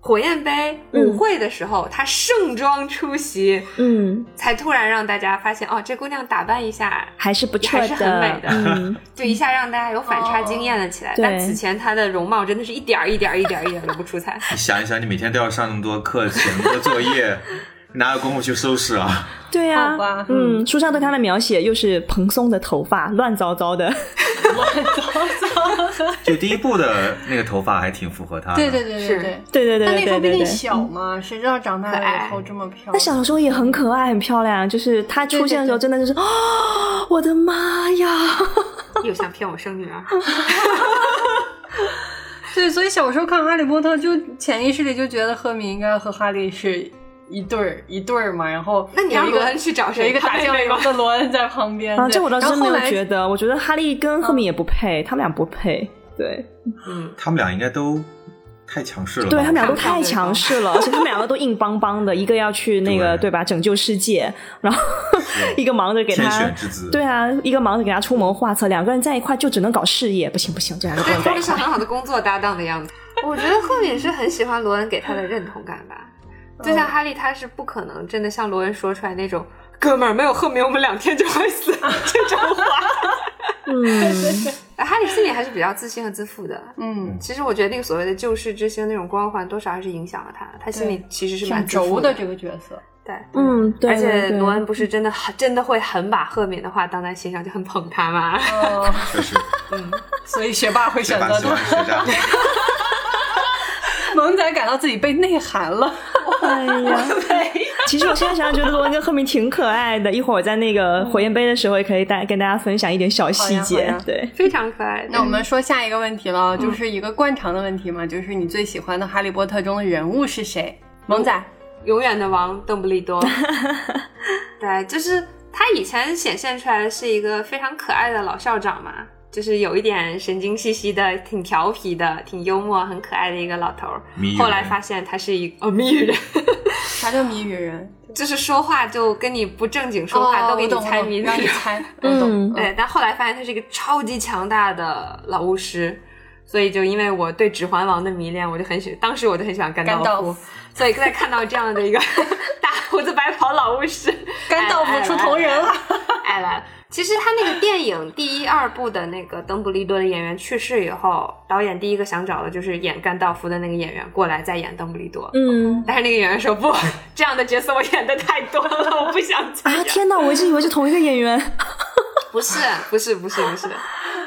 S3: 火焰杯
S2: 嗯
S3: 舞会的时候，她盛装出席，
S2: 嗯，
S3: 才突然让大家发现哦，这姑娘打扮一下
S2: 还是不错
S3: 还是很美的
S2: 嗯，
S3: 就一下让大家有反差惊艳了起来。
S2: 对
S3: 但此前她的容貌真的是一点儿一点儿一点儿一点儿都不 出彩。
S4: 你想一想，你每天都要上那么多课，写那么多作业，哪有功夫去收拾啊？
S2: 对呀
S1: 好吧，
S2: 嗯，书上对她的描写又是蓬松的头发，乱糟糟的。
S4: 就第一部的那个头发还挺符合她的。
S1: 对对对
S3: 是
S1: 对对。
S2: 对对对
S1: 她
S2: 对
S1: 那时
S2: 对
S1: 候毕
S2: 对
S1: 竟
S2: 对。
S1: 小嘛，谁知道长大
S3: 可
S1: 了
S3: 爱
S1: 以后这么漂亮？
S2: 她小的时候也很可爱，很漂亮。就是她出现的时候，真的就是啊，我的妈呀！
S3: 又想骗我生女儿，
S1: 对，所以小时候看《哈利波特》，就潜意识里就觉得赫敏应该和哈利是一对儿一对儿嘛。然后
S3: 那你让
S1: 有一个
S3: 罗恩去找谁
S1: 有一个打
S3: 他妹
S1: 酱
S3: 妹
S1: 油
S3: 吗
S1: 的罗恩在旁边。
S2: 啊，
S1: 对
S2: 这我倒
S1: 然后
S2: 真没有
S1: 后来
S2: 觉得，我觉得哈利跟赫敏也不配，他们俩不配。对，
S3: 嗯，
S4: 他们俩应该都太强势了吧。
S2: 对他们俩都
S3: 看不
S2: 太
S3: 上
S2: 强势了，而且他们两个都硬邦邦的，一个要去那个
S4: 对
S2: 对吧拯救世界，然后
S4: 是
S2: 一个忙着给
S4: 天
S2: 他
S4: 选之子。
S2: 对啊，一个忙着给他出谋划策，两个人在一块就只能搞事业，不行不行，这两个不
S3: 对
S2: 能，在一
S3: 他们
S2: 块
S3: 是。很好的工作搭档的样子。 我觉得赫敏是很喜欢罗恩给她的认同感吧，就像哈利，他是不可能真的像罗恩说出来那种“哥们儿，没有赫敏，我们两天就会死” 这种话。
S2: 嗯，
S3: 哈利心里还是比较自信和自负的。
S1: 嗯，
S3: 其实我觉得那个所谓的救世之星那种光环，多少还是影响了他。他心里
S1: 对
S3: 其实是蛮
S1: 挺
S3: 自负
S1: 轴
S3: 的
S1: 的这个角色，
S3: 对，
S2: 嗯对
S3: 而且
S2: 对对
S3: 罗恩不是真的很真的会很把赫敏的话当在心上，就很捧他吗？
S1: 哦，
S4: 确实，
S1: 所以学霸会
S4: 学
S1: 选
S4: 霸
S1: 择
S4: 喜欢
S1: 他。
S4: 学渣。
S1: 萌仔感到自己被内涵了，
S2: 哎呀， 其实我现在想想，觉得罗恩跟赫敏挺可爱的。一会儿我在那个火焰杯的时候，也可以带跟大家分享一点小细
S1: 好呀
S2: 节
S1: 好呀。
S2: 对，
S3: 非常可爱。
S1: 那我们说下一个问题了，就是一个惯常的问题嘛，就是你最喜欢的《哈利波特》中的人物是谁？萌仔，
S3: 永远的王邓布利 多，对，就是他以前显现出来的是一个非常可爱的老校长嘛，就是有一点神经兮兮的，挺调皮的，挺幽默，很可爱的一个老头儿
S4: 谜语。
S3: 后来
S4: 人
S3: 发现他是一个哦谜语人，
S1: 啥叫谜语人？
S3: 就是说话就跟你不正经说话，
S1: 哦
S3: 都给
S1: 我
S3: 你
S1: 懂
S3: 猜
S1: 我懂
S3: 谜的
S1: 让你
S3: 那种。
S1: 猜。哎
S2: 嗯
S1: 我懂
S3: 对，但后来发现他是一个超级强大的老巫师，所以就因为我对《指环王》的迷恋，我就很喜，当时我就很喜欢甘道夫，
S1: 甘道夫
S3: 所以在看到这样的 一个大胡子白袍老巫师，哎
S1: 甘道夫哎出头人了。啊
S3: 爱哎了。其实他那个电影第一、二部的那个邓布利多的演员去世以后，导演第一个想找的就是演甘道夫的那个演员过来再演邓布利多。
S2: 嗯
S3: 但是那个演员说不，这样的角色我演的太多了，我不想再
S2: 啊，
S3: 演。
S2: 天哪，我一直以为是同一个演员。
S3: 不是， 不是，不是，不 是。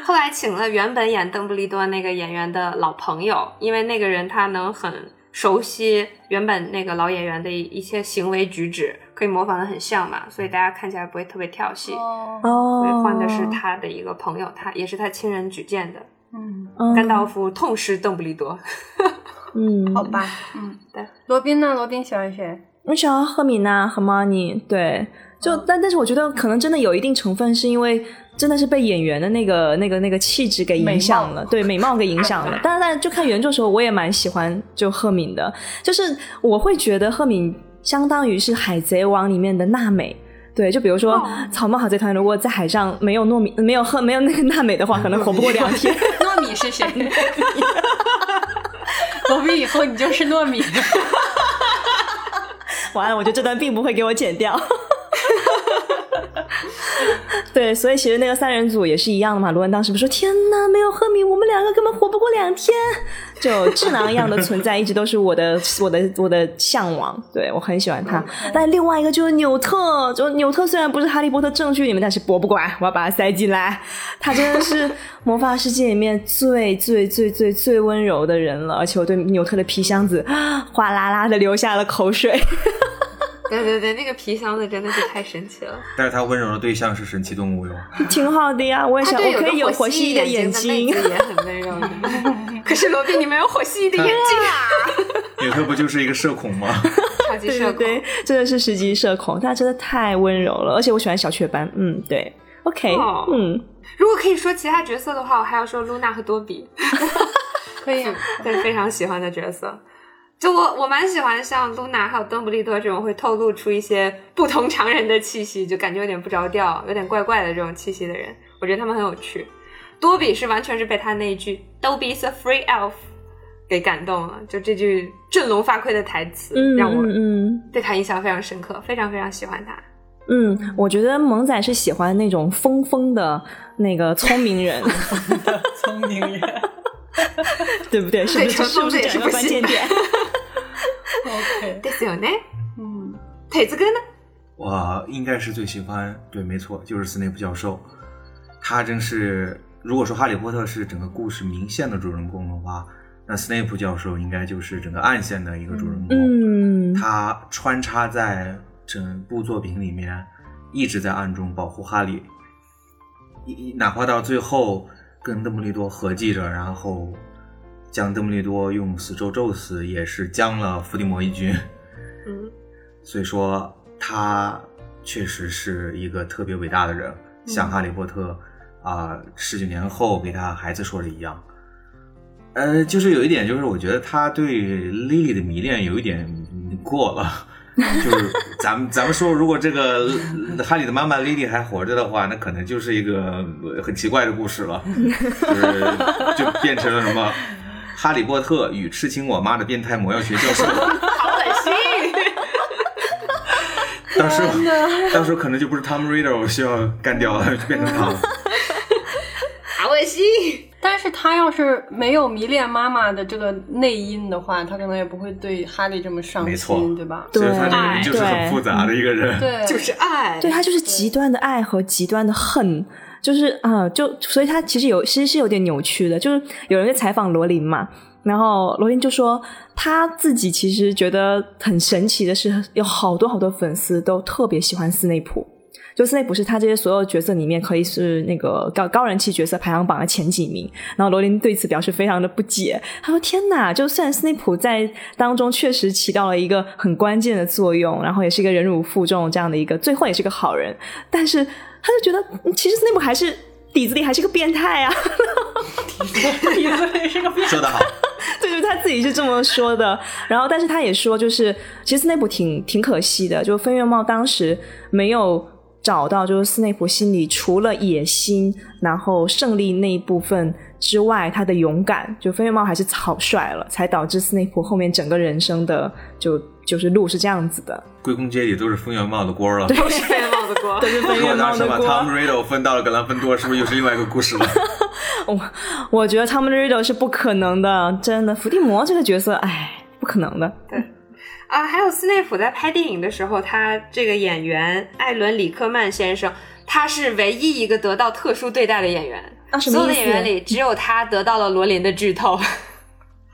S3: 后来请了原本演邓布利多那个演员的老朋友，因为那个人他能很熟悉原本那个老演员的一一些行为举止，可以模仿的很像嘛，所以大家看起来不会特别跳戏。
S1: 哦，
S2: 哦
S3: 所以，换的是他的一个朋友，他也是他亲人举荐的
S1: 嗯，
S2: 嗯
S3: 甘道夫，痛失邓布利多。
S2: 嗯，
S1: 好吧，嗯，
S3: 对。
S1: 罗宾呢？罗宾喜欢谁？
S2: 我想要赫敏娜和 Money，对，就、但但是我觉得可能真的有一定成分，是因为真的是被演员的那个那个那个气质给影响
S1: 美
S2: 了，对美貌给影响了。但是但就看原著的时候，我也蛮喜欢就赫敏的，就是我会觉得赫敏相当于是《海贼王》里面的娜美。对，就比如说
S3: 哦
S2: 草帽海贼团，如果在海上没有糯米、没有赫、没有那个娜美的话，可能活不过两天。
S1: 糯米是谁？ 罗宾以后你就是糯米。
S2: 完了，我觉得这段并不会给我剪掉。 对，所以其实那个三人组也是一样的嘛。罗恩当时不是说：“天哪，没有赫敏，我们两个根本活不过两天。”就智囊一样的存在，一直都是我的、我的、我的向往。对我很喜欢他。但另外一个就是纽特，就纽特虽然不是哈利波特正剧里面，但是我不管，我要把他塞进来。他真的是魔法世界里面最最最最最温柔的人了，而且我对纽特的皮箱子 啊哗啦啦的流下了口水。
S3: 对对对，那个皮箱子真的是太神 奇了。
S4: 但是他温柔的对象是神奇动物哟。
S2: 挺好的呀，我也
S3: 他
S2: 想，
S3: 对
S2: 我可以有
S3: 个
S2: 火
S3: 火
S2: 蜥蜴
S3: 的
S2: 眼
S3: 睛的妹子也很温柔。 可是罗宾，你没有火蜥蜴的眼睛啊！
S4: 纽特不就是一个社恐吗？
S3: 超 级
S2: 对
S3: 社
S2: 对
S3: 恐。
S2: 对，真的是十级社恐，他真的太温柔了，而且我喜欢小雀斑，嗯，对，OK，、
S3: 哦
S2: 嗯，
S3: 如果可以说其他角色的话，我还要说露娜和多比，
S1: 可 以啊，
S3: 对，非常喜欢的角色。就我我蛮喜欢像露娜还有邓布利多这种会透露出一些不同常人的气息，就感觉有点不着调、有点怪怪的这种气息的人，我觉得他们很有趣。多比是完全是被他那一句 “Dobby is a free elf” 给感动了，就这句振聋发聩的台词、
S2: 嗯
S3: 让我
S2: 嗯。嗯
S3: 对他印象非常深刻，非常非常喜欢他。
S2: 嗯，我觉得萌仔是喜欢那种疯疯的那个聪明人，
S4: 聪明人
S2: 对不对？是不
S3: 对
S2: 是？是
S3: 疯
S2: 不
S3: 子
S2: 是
S3: 也
S2: 这
S3: 是
S2: 两个
S3: 不
S2: 关键点？
S1: 嗯，OK，
S3: ですよね。
S1: 嗯，
S3: 腿子哥呢？
S4: 我应该是最喜欢，对，没错，就是斯内普教授。他真是，如果说哈利波特是整个故事明线的主人公的话，那斯内普教授应该就是整个暗线的一个主人公。
S2: 嗯
S4: 他穿插在整部作品里面，一直在暗中保护哈利，一哪怕到最后跟邓布利多合计着，然后将邓布利多用死咒咒死，也是将了伏地魔一军。
S3: 嗯，
S4: 所以说他确实是一个特别伟大的人，像哈利波特啊，十、9九年后给他孩子说的一样。呃，就是有一点，就是我觉得他对 Lily 的迷恋有一点嗯过了。 就是咱们咱们说，如果这个呃哈利的妈妈 Lily 还活着的话，那可能就是一个呃很奇怪的故事了，就是就变成了什么《哈利波特与吃惊我妈的变态魔药学教授》。
S3: 好恶心。
S4: 到时候， 到时候可能就不是 Tom Riddle 需要干掉了，就 变 成他了。
S3: 好恶心！
S1: 但是他要是没有迷恋妈妈的这个内因的话，他可能也不会对哈利这么上
S4: 没错
S1: 心，对 吧？
S4: 所以他这个人就是
S2: 对
S4: 很复杂的一个人。
S1: 对，
S3: 就是爱，
S2: 对他就是极端的爱和极端的恨，就是啊、就所以他其实有其实是有点扭曲的。就是有人在采访罗琳嘛，然后罗琳就说他自己其实觉得很神奇的是，有好多好多粉丝都特别喜欢斯内普。就斯内普是他这些所有角色里面可以是那个高高人气角色排行榜的前几名，然后罗琳对此表示非常的不解，他说：“天哪！就虽然斯内普在当中确实起到了一个很关键的作用，然后也是一个忍辱负重这样的一个，最后也是个好人，但是他就觉得嗯其实斯内普还是底子里还是个变态啊。
S4: 说得好，
S2: 对对，他自己是这么说的。然后，但是他也说，就是其实斯内普挺挺可惜的，就分院帽当时没有找到，就是斯内普心里除了野心，然后胜利那一部分之外，他的勇敢，就分院帽还是草率了，才导致斯内普后面整个人生的就就是路是这样子的。
S4: 归根结底都是风原帽的锅了。
S3: 都是被帽子锅。
S2: 就是分
S4: 如果
S2: 院
S4: 当
S2: 帽
S4: 时
S2: 的
S4: 把
S2: 锅。
S4: Tom Riddle 分到了格兰芬多，是不是又是另外一个故事了？
S2: 我我觉得 Tom Riddle 是不可能的，真的，伏地魔这个角色，哎，不可能的。
S3: 啊，还有斯内普在拍电影的时候，他这个演员艾伦·里克曼先生，他是唯一一个得到特殊对待的演员。
S2: 啊，什
S3: 所有
S2: 么
S3: 的
S2: 意
S3: 演员
S2: 思？
S3: 里，只有他得到了罗琳的剧透，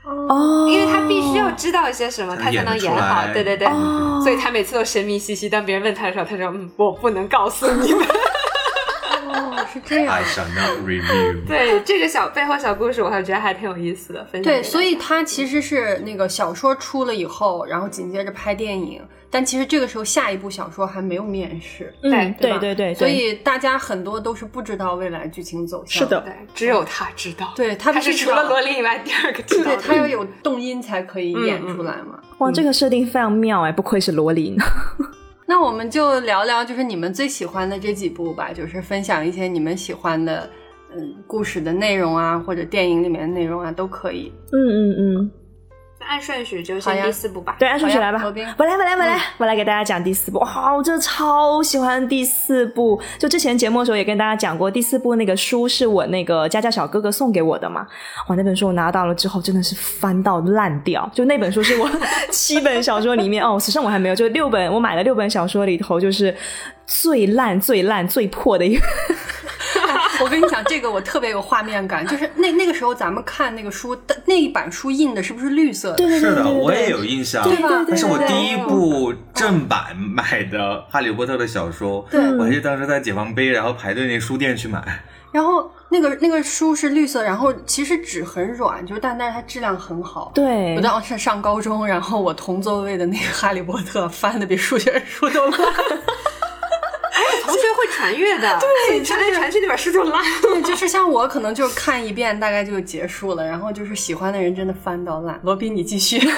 S2: 哦，
S3: 因为他必须要知道一些什么，他才
S4: 演
S3: 能
S4: 得出
S3: 演好。
S4: 来
S3: 对对对，
S2: 哦
S3: 所以他每次都神秘兮兮。当别人问他的时候，他说：“嗯，我不能告诉你们。
S1: 哦，是这样
S4: I。shall not review。
S3: 对”这个小背后小故事，我还觉得还挺有意思的。分享给
S1: 对，
S3: 大家
S1: 所以他其实是那个小说出了以后，然后紧接着拍电影，但其实这个时候下一部小说还没有面世，
S2: 嗯，
S1: 对
S2: 对
S1: 吧
S2: 对对，
S1: 所以大家很多都是不知道未来剧情走向。
S2: 是，的，
S3: 对，只有他知道。
S1: 对他
S3: 他
S1: 必
S3: 是
S1: 须
S3: 除
S1: 要
S3: 了罗琳以外第二个知道
S1: 对
S3: 的。
S1: 他要有动因才可以演
S3: 嗯嗯
S1: 出来嘛。
S2: 哇，这个设定非常妙哎，不愧是罗琳。
S1: 那我们就聊聊，就是你们最喜欢的这几部吧，就是分享一些你们喜欢的，嗯，故事的内容啊，或者电影里面的内容啊，都可以。
S2: 嗯嗯嗯，
S3: 按顺序就
S1: 好呀
S3: 先第四部吧。
S2: 对，按顺序来吧
S1: 好呀罗宾。
S2: 我嗯来，我来，我来，我来给大家讲第四部。哇，我真的超喜欢第四部。就之前节目的时候也跟大家讲过，第四部那个书是我那个家教小哥哥送给我的嘛。哇，那本书我拿到了之后，真的是翻到烂掉。就那本书是我七本小说里面哦，史上我还没有，就六本我买了六本小说里头，就是最烂、最烂、最破的一个。
S1: 我跟你讲，这个我特别有画面感，就是那那个时候咱们看那个书，但那一版书印的是不是绿色的？
S2: 对对对
S4: 是
S2: 对
S4: 的，
S2: 对，
S4: 我也有印象。
S1: 对吧？
S2: 对对
S4: 那是我
S2: 对
S4: 第一部正版买的《哈利波特》的小说，
S1: 对
S4: 我还记得当时在解放碑，然后排队那书店去买。
S1: 然后那个那个书是绿色，然后其实纸很软，就是但但是它质量很好。
S2: 对
S1: 我，当时上高中，然后我同座位的那个《哈利波特》翻的比数学书都烂，
S3: 同学会传阅的，哎对，传来传去就把书就拉了。
S1: 对，就是像我可能就看一遍大概就结束了，然后就是喜欢的人真的翻到烂。罗宾，你继续。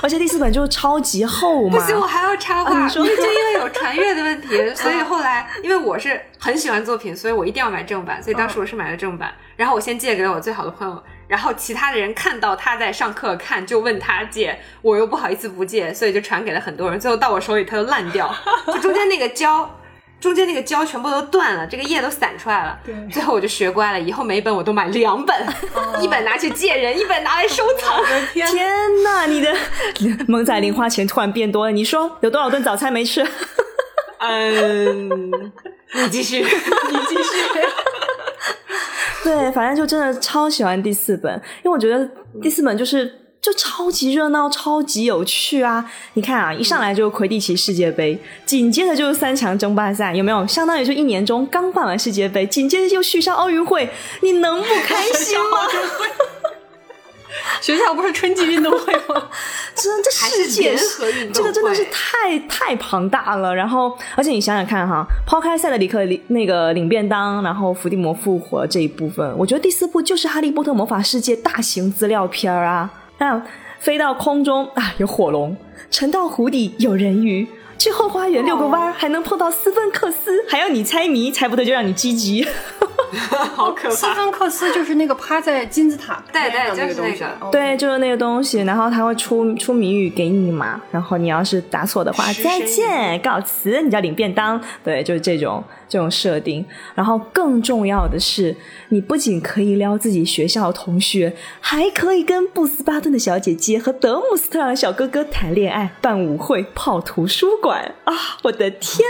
S2: 而且第四本就超级厚
S3: 不
S2: 嘛，
S3: 行，我还要插话，
S2: 啊你
S3: 因
S2: 说
S3: 为就因为有传阅的问 题，所以后来因为我是很喜欢作品，所以我一定要买正版，所以当时我是买了正版，然后我先借给了我最好的朋友，然后其他的人看到他在上课看，就问他借，我又不好意思不借，所以就传给了很多人，最后到我手里它就烂 掉，就中间那个胶。中间那个胶全部都断了，这个叶都散出来了。
S1: 对
S3: 最后我就学乖了，以后每一本我都买两本， 一本拿去借人，一本拿来收藏。
S1: 天
S2: 天呐，你的 萌仔零花钱突然变多了，你说有多少顿早餐没 吃？
S3: 嗯，你继续。
S1: 你继续。
S2: 对，反正就真的超喜欢第四本，因为我觉得第四本就是就超级热闹、超级有趣啊！你看啊，一上来就魁地奇世界杯，紧接着就是三强争霸赛，有没有？相当于就一年中刚办完世界杯，紧接着又续上奥运会，你能不开心 吗？
S1: 学校不是春季运动会吗？
S2: 真这
S3: 还是
S2: 世界
S3: 联合运动
S2: 这个真的是
S3: 会
S2: 太太庞大了。然后，而且你想想看哈，抛开塞德里克领那个领便当，然后伏地魔复活这一部分，我觉得第四部就是《哈利波特魔法世界》大型资料片儿啊。那飞到空中啊，有火龙；沉到湖底有人鱼；去后花园遛个弯儿，还能碰到斯芬克斯，还要你猜谜，猜不对就让你积极。
S3: 好 可
S1: 斯！芬克斯就是那个趴在金字塔
S3: 对对
S1: 边上那
S3: 就
S1: 个
S3: 是
S1: 东
S3: 那
S1: 西
S3: 个
S1: 哦
S2: 对，就是那个东西，然后他会出出谜语给你嘛，然后你要是答错的话，
S3: 食神
S2: 再见
S3: 也，
S2: 告辞，你就要领便当。对，就是这种这种设定。然后更重要的是，你不仅可以撩自己学校同学，还可以跟布斯巴顿的小姐姐和德姆斯特朗小哥哥谈恋爱、办舞会、泡图书馆啊！我的天！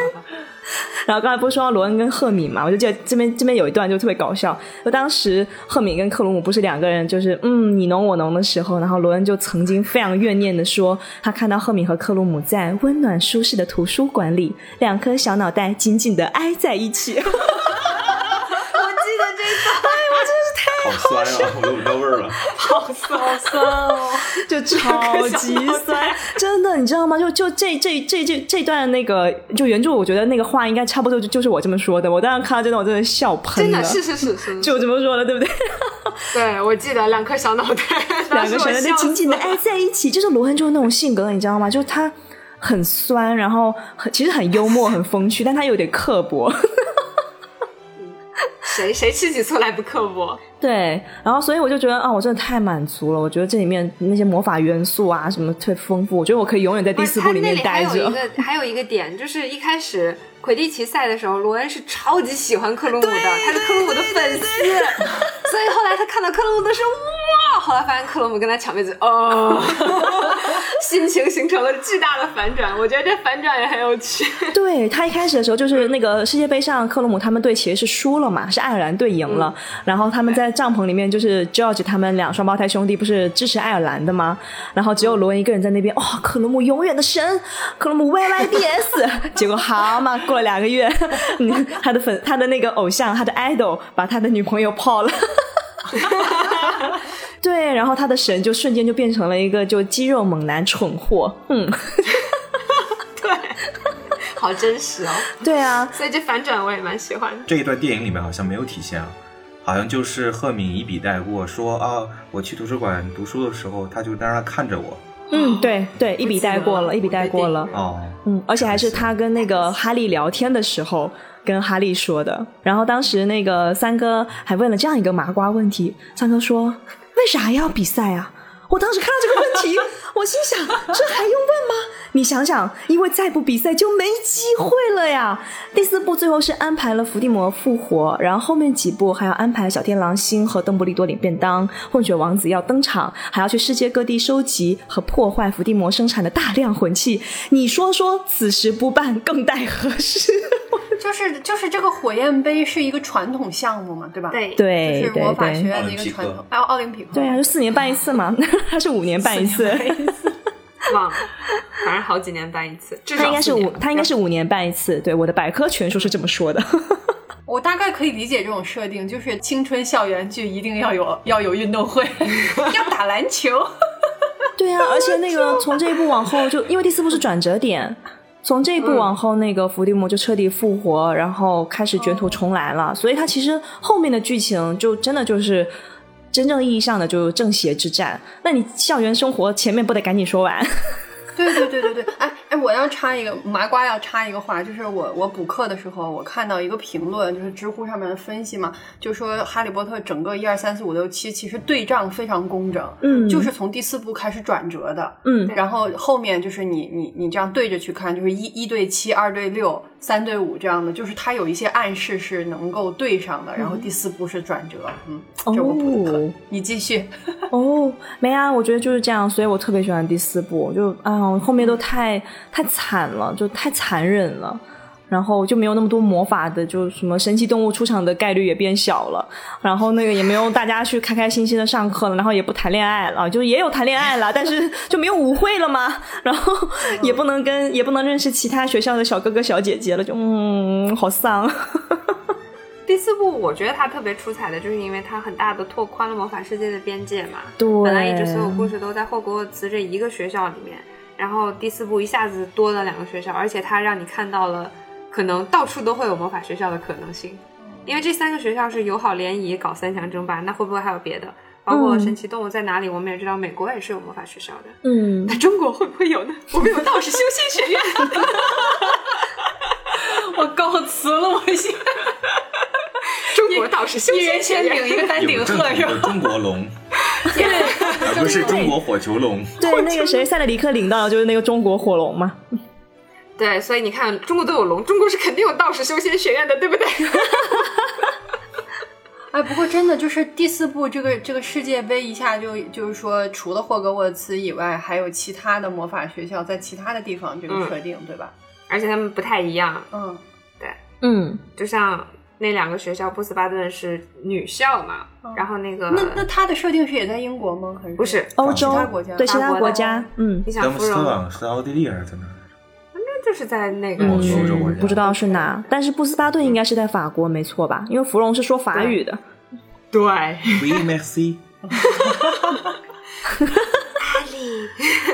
S2: 然后刚才不是说到罗恩跟赫敏嘛，我就记得这边这边有一段就特别搞笑，就当时赫敏跟克鲁姆不是两个人就是嗯你侬我侬的时候，然后罗恩就曾经非常怨念的说，他看到赫敏和克鲁姆在温暖舒适的图书馆里，两颗小脑袋紧紧的挨在一起，我真的是太
S4: 好酸啊，我都 闻到味儿了。
S1: 好酸哦！
S2: 就超级酸，真的，你知道吗？就就这这这这这段那个，就原著，我觉得那个话应该差不多就就是我这么说的。我当时看到这段，我真的笑喷
S3: 真
S2: 了，
S3: 的是是是是，
S2: 就我这么说的，对不对？
S3: 对我记得两颗小脑袋，
S2: 两个
S3: 当时我
S2: 小人在
S3: 笑死
S2: 紧紧的
S3: 了
S2: 挨在一起，就是罗恩就是那种性格，你知道吗？就是他很酸，然后很其实很幽默、很风趣，但他有点刻薄。
S3: 谁谁吃起醋来不刻薄？
S2: 对，然后所以我就觉得啊，我真的太满足了。我觉得这里面那些魔法元素啊，什么特别丰富，我觉得我可以永远在第四部
S3: 不是
S2: 面
S3: 他
S2: 待
S3: 那里还有
S2: 着
S3: 一。个还有一个点，就是一开始魁地奇赛的时候，罗恩是超级喜欢克鲁姆的，他是克鲁姆的粉丝， 所以后来他看到克鲁姆的时候，哇！后来发现克鲁姆跟他抢妹子，哦，心情形成了巨大的反转。我觉得这反转也很有趣。
S2: 对他一开始的时候，就是那个世界杯上，克鲁姆他们队其实是输了嘛，是爱尔兰队赢了。然后他们在帐篷里面，就是 George 他们两双胞胎兄弟不是支持爱尔兰的吗？然后只有罗恩一个人在那边，哇、哦克鲁姆永远的神，克鲁姆 YYDS。结果 好嘛，过了两个月，嗯他的粉，他的那个偶像，他的 idol 把他的女朋友泡了。 对，然后他的神就瞬间就变成了一个就肌肉猛男蠢货，嗯，
S3: 对，好真实哦。
S2: 对啊，
S3: 所以这反转我也蛮喜欢的。
S4: 这一段电影里面好像没有体现啊，好像就是赫敏一笔带过，说啊，我去图书馆读书的时候，他就在那儿看着我。
S2: 嗯，对对，一笔带过了，一笔带过了。
S4: 哦，
S2: 嗯，而且还是他跟那个哈利聊天的时候跟哈利说的。然后当时那个三哥还问了这样一个麻瓜问题，三哥说：“为啥要比赛啊？”我当时看到这个问题， 我心想：这还用问吗？你想想，因为再不比赛就没机会了呀。第四部最后是安排了伏地魔复活，然后后面几部还要安排小天狼星和邓布利多领便当，混血王子要登场，还要去世界各地收集和破坏伏地魔生产的大量魂器。你说说，此时不办更待何时？
S1: 就是就是这个火焰杯是一个传统项目嘛，对吧？，
S3: 对，
S2: 对
S1: 就是
S2: 对
S1: 魔法学
S2: 对，
S1: 院的一个传统，还有奥林匹克。
S2: 对啊，就四年办一次嘛， 它是五年办一次。
S3: 忘了，反正好几年办一次，至少
S2: 它应该是
S3: 四年
S2: 五，
S3: 吧
S2: 它应该是五年办一次。对，我的百科全书是这么说的。
S1: 我大概可以理解这种设定，就是青春校园剧一定要有要有运动会， 要打篮球。
S2: 对啊，而且那个从这一步往后就，因为第四部是转折点，从这一步往后，那个伏地魔就彻底复活，然后开始卷土重来了。所以它其实后面的剧情就真的就是真正意义上的就是正邪之战。那你校园生活前面不得赶紧说完？
S1: 对对对对对，哎哎，我要插一个麻瓜，要插一个话，就是我我补课的时候，我看到一个评论，就是知乎上面的分析嘛，就说《哈利波特》整个一二三四五六七其实对仗非常工整，
S2: 嗯
S1: 就是从第四部开始转折的，
S2: 嗯，
S1: 然后后面就是你你你这样对着去看，就是一一对七、二对六、三对五这样的，就是它有一些暗示是能够对上的，然后第四部是转折，嗯，这我补的课，
S2: 哦
S1: 你继续，
S2: 哦，没啊，我觉得就是这样，所以我特别喜欢第四部，就啊、后面都太太惨了，就太残忍了。然后就没有那么多魔法的，就什么神奇动物出场的概率也变小了，然后那个也没有大家去开开心心的上课了，然后也不谈恋爱了，就也有谈恋爱了，但是就没有舞会了嘛，然后
S3: 嗯
S2: 也不能跟也不能认识其他学校的小哥哥小姐姐了，就嗯，好丧。
S3: 第四部我觉得它特别出彩的，就是因为它很大的拓宽了魔法世界的边界嘛。
S2: 对，
S3: 本来一直所有故事都在霍格沃茨这一个学校里面，然后第四部一下子多了两个学校，而且它让你看到了可能到处都会有魔法学校的可能性，因为这三个学校是友好联谊搞三强争霸，那会不会还有别的？包括
S2: 嗯
S3: 神奇动物在哪里，我们也知道美国也是有魔法学校的，
S2: 嗯，
S3: 那中国会不会有 呢？我们有道士修仙学院。
S1: 我告辞了，我现在
S3: 中国道士修
S1: 一人
S3: 仙学
S1: 先
S3: 院
S1: 顶一 个丹顶
S4: 有正
S1: 鹤
S4: 统
S1: 是吧？
S4: 的中 国龙，而不是中国火球龙。
S2: 对，那个谁，塞德里克领导就是那个中国火龙嘛。
S3: 对，所以你看，中国都有龙，中国是肯定有道士修仙学院的， 对不对？
S1: 哎，不过真的就是第四部这个这个世界杯一下就就是说，除了霍格沃茨以外，还有其他的魔法学校在其他的地方这个
S3: 嗯
S1: 设定，对吧？
S3: 而且他们不太一样，
S1: 嗯
S2: 嗯，
S3: 就像那两个学校，布斯巴顿是女校嘛，然后那个
S1: 那那它的设定是也在英国吗？还是
S3: 嗯不是？
S2: 啊欧洲
S1: 其他国家
S2: 对其
S3: 法
S2: 他
S3: 哦国
S2: 国
S3: 的
S2: 家，嗯，
S3: 你想
S4: 詹姆
S3: 芙
S4: 斯特
S3: 蓉，
S4: 朗是在奥地利还是在哪儿？
S3: 那就是在那个
S4: 嗯
S3: 区
S4: 欧洲
S3: 域
S4: 国家
S2: 不知道是哪，但是布斯巴顿应该是在法国，没错吧？因为芙蓉是说法语的。
S3: 对，阿
S4: v m a x
S3: 里，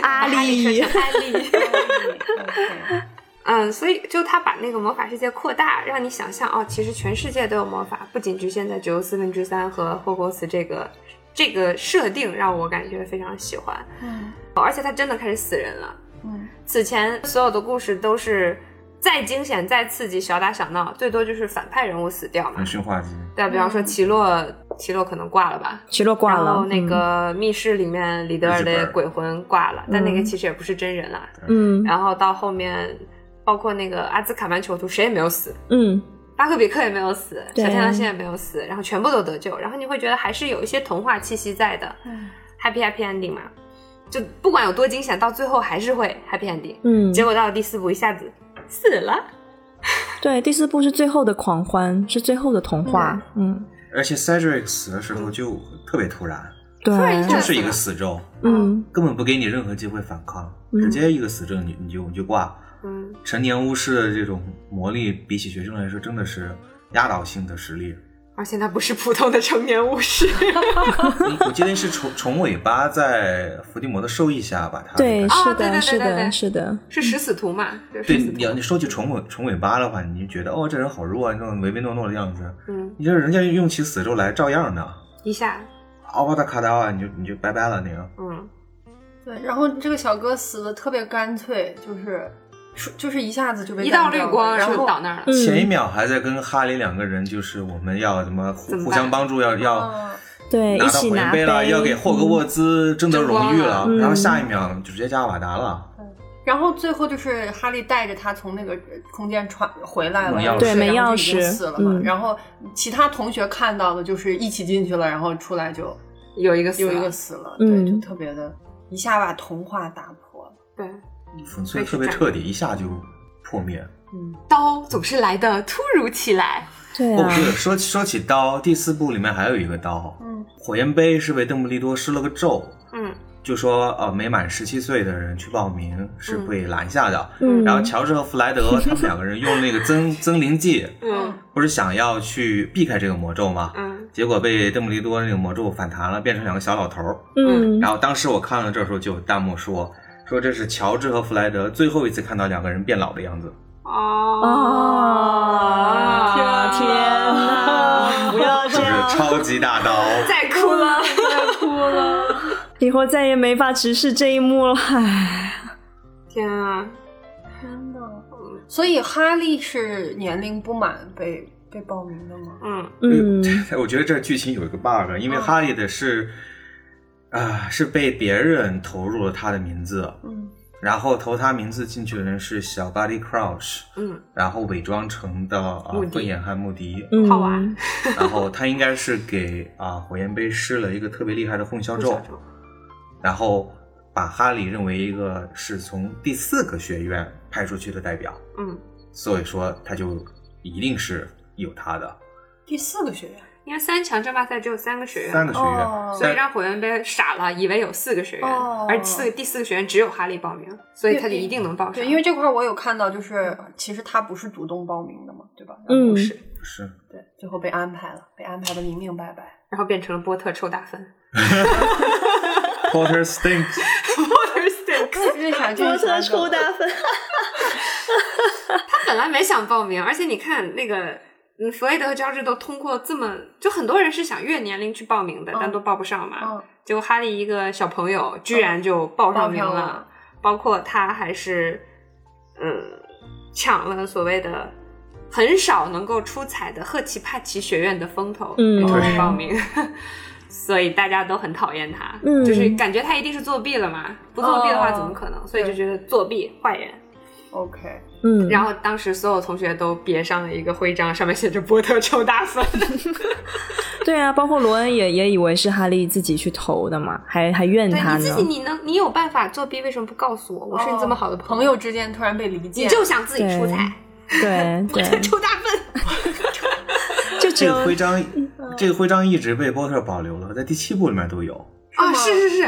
S2: 阿
S3: 里，
S2: 里，
S3: 阿里。
S1: OK
S3: 嗯，所以就他把那个魔法世界扩大，让你想象哦，其实全世界都有魔法，不仅局限在九又四分之三和霍格沃茨这个这个设定，让我感觉非常喜欢。
S1: 嗯
S3: 而且他真的开始死人了。
S1: 嗯
S3: 此前所有的故事都是再惊险、再刺激、小打小闹，最多就是反派人物死掉嘛
S4: 能。驯化机。
S3: 对，比方说奇洛，奇洛可能挂了吧。
S2: 奇洛嗯挂
S3: 然后
S2: 了。嗯
S3: 那个密室里面里德尔
S4: 日记
S3: 的
S4: 本
S3: 鬼魂挂了，但那个
S2: 嗯
S3: 其实也不是真人啦。
S2: 嗯，
S3: 然后到后面，包括那个阿兹卡班囚徒，谁也没有死，
S2: 嗯
S3: 巴克比克也没有死，小
S2: 对
S3: 天狼星也没有死，然后全部都得救，然后你会觉得还是有一些童话气息在的
S1: 嗯
S3: ，happy happy ending 嘛，就不管有多惊险，到最后还是会 happy ending。
S2: 嗯
S3: 结
S2: 嗯，
S3: 果到了第四部一下子死了，
S2: 对，第四部是最后的狂欢，是最后的童话。嗯，
S4: 而且 Cedric 死的时候就特别突然，
S2: 嗯对，
S3: 然一下
S4: 就
S3: 对
S4: 是一个死咒，
S2: 嗯
S4: 根本不给你任何机会反抗，
S2: 嗯
S4: 直接一个死咒你你就你就挂。
S3: 嗯，
S4: 成年巫师的这种魔力，比起学生来说，真的是压倒性的实力。
S3: 而且他不是普通的成年巫师，
S4: 嗯我记得是虫虫尾巴在伏地魔的授意下把他
S2: 对，
S3: 啊
S2: 是
S3: 对对
S2: 的，是
S3: 对对对
S2: 的，是的，
S3: 是食死徒嘛？就是
S4: 对，
S3: 食死
S4: 你要
S3: 徒。
S4: 你说起虫尾虫尾巴的话，你就觉得哦，这人好弱，啊，这种唯唯诺诺的样子。
S3: 嗯，
S4: 你就是人家用起死咒来照样的，
S3: 一下，
S4: 奥巴达卡达啊，你就你就拜拜了那个。
S3: 嗯，
S1: 对，然后这个小哥死的特别干脆，就是就是一下子就被
S3: 一
S1: 干
S3: 道绿
S1: 掉了
S3: 光
S1: 然
S3: 就
S1: 后
S3: 倒那儿了。
S4: 前一
S2: 嗯，
S4: 秒还在跟哈林两个人，就是我们要什么互
S3: 怎么办
S4: 互相帮助，要要
S1: 嗯
S2: 对，
S4: 拿
S2: 一
S4: 到
S2: 起
S4: 火焰
S2: 拿
S4: 杯了，要给霍格沃
S2: 嗯
S4: 兹争得荣誉了
S2: 嗯，
S4: 然后下一秒就直接加瓦达了。
S1: 然后最后就是哈利带着他从那个空间传回来
S4: 没钥
S1: 了，
S4: 匙对
S1: 然后
S2: 没钥
S1: 就已经
S2: 匙
S1: 死了嘛。
S2: 嗯
S1: 然后其他同学看到的就是一起进去了，然后出来就
S3: 有一个死
S1: 有一
S3: 了
S1: 个死了，
S2: 嗯
S1: 对，就特别的一下把童话打破了。
S3: 对，
S4: 粉碎特别彻底，一下就破灭。
S1: 嗯，
S3: 刀总是来的突如其来。
S2: 对
S4: 哦，不
S2: 啊，
S4: 对，说起说起刀，第四部里面还有一个刀，
S1: 嗯
S4: 火焰杯是被邓布利多施了个咒，
S3: 嗯，
S4: 就说呃没满十七岁的人去报名是被拦下的。
S2: 嗯
S4: 然后乔治和弗莱 德他们两个人用那个增增灵剂，
S3: 嗯
S4: 不是想要去避开这个魔咒吗？
S3: 嗯
S4: 结果被邓布利多那个魔咒反弹了，变成两个小老头儿。
S2: 嗯
S4: 然后当时我看到这时候就有弹幕说说这是乔治和弗莱德最后一次看到两个人变老的样子。
S2: 哦
S3: 哦
S2: 啊天哪！不要
S4: 是
S2: 这
S4: 不
S2: 样
S4: 是，超级 大刀？
S3: 再哭了，
S2: 以后再也没法直视这一幕了。唉，
S3: 天啊！
S1: 真的。所以哈利是年龄不满被被报名的吗？
S3: 嗯，
S2: 嗯，
S4: 我觉得这剧情有一个 bug，因为哈利的是啊、是被别人投入了他的名字，
S1: 嗯，
S4: 然后投他名字进去的人是小 Buddy Crouch，
S3: 嗯，
S4: 然后伪装成的啊
S3: 穆迪
S4: 凤眼汉穆迪，
S2: 嗯
S3: 好玩。
S4: 然后他应该是给啊火焰杯施了一个特别厉害的混淆咒，然后把哈利认为一个是从第四个学院派出去的代表，
S3: 嗯，
S4: 所以说他就一定是有他的
S1: 第四个学院。
S3: 因为三强争霸赛只有三个学院，
S4: 三个学院，
S1: 哦
S3: 所以让火焰杯傻了，以为有四个学院，
S1: 哦
S3: 而四个第四个学院只有哈利报名，所以他就一定能报上。
S1: 对，因为这块我有看到，就是其实他不是主动报名的嘛，对吧？
S2: 嗯
S1: 不是，
S4: 不是。
S1: 对，最后被安排了，被安排的明明白白。
S3: 然后变成了波特臭大粪。
S4: Potter stinks。
S3: Potter Stick，
S1: 为啥 这
S2: 波
S1: 个
S2: 特
S1: 三
S2: 抽
S1: 个？
S2: 大分，
S3: 他本来没想报名，而且你看那个。嗯，弗雷德和乔治都通过这么，就很多人是想越年龄去报名的，
S1: 嗯
S3: 但都报不上嘛。
S1: 嗯，
S3: 结果哈利一个小朋友居然就报上名
S1: 报上
S3: 了
S1: 了，
S3: 包括他还是，嗯，抢了所谓的很少能够出彩的赫奇帕奇学院的风头，
S2: 嗯
S3: 然后
S4: 对
S3: 报名， 所以大家都很讨厌他，
S2: 嗯
S3: 就是感觉他一定是作弊了嘛，不作弊的话
S1: 哦
S3: 怎么可能？所以就觉得作弊坏人。
S1: OK，
S2: 嗯，
S3: 然后当时所有同学都别上了一个徽章，上面写着波特 臭大粪。
S2: 对啊，包括罗恩也也以为是哈利自己去投的嘛，还还怨
S3: 对
S2: 他
S3: 你自
S2: 呢
S3: 己，。你能你有办法作弊，为什么不告诉我？我是你这么好的
S1: 哦朋
S3: 友，
S1: 友之间突然被离间，
S3: 你就想自己出彩。
S2: 对对，
S3: 臭大粪。
S2: 就只
S4: 这
S2: 有
S4: 个徽章，这个徽章一直被 Potter 保留了，在第七部里面都有
S3: 啊，是是是，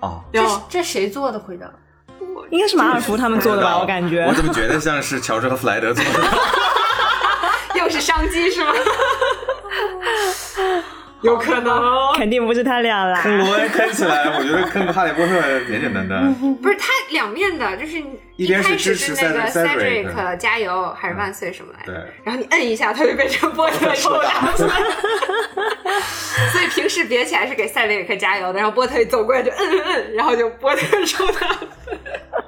S4: 啊。
S1: 这是这谁做的徽章？
S2: 应该是马尔福他们做的吧，我感觉
S4: 我。怎么觉得像是乔治和弗莱德做 的？
S3: 又是商机 是吗？有可能，
S2: 肯定不是他俩啦。
S4: 坑罗恩坑起 来，我觉得坑哈利波特简简单单。
S2: 嗯
S3: 不是他两面的，就是你
S4: 一边是
S3: 开始
S4: 支持
S3: 那个
S4: Cedric 嗯
S3: Cedric 加油还是万岁什么来着，
S4: 对，
S3: 然后你摁一下，他就变成 波特臭大粪。所以平时别起来是给塞维克加油的，然后波特走过来就摁摁摁，然后就波特臭大粪。
S2: 啊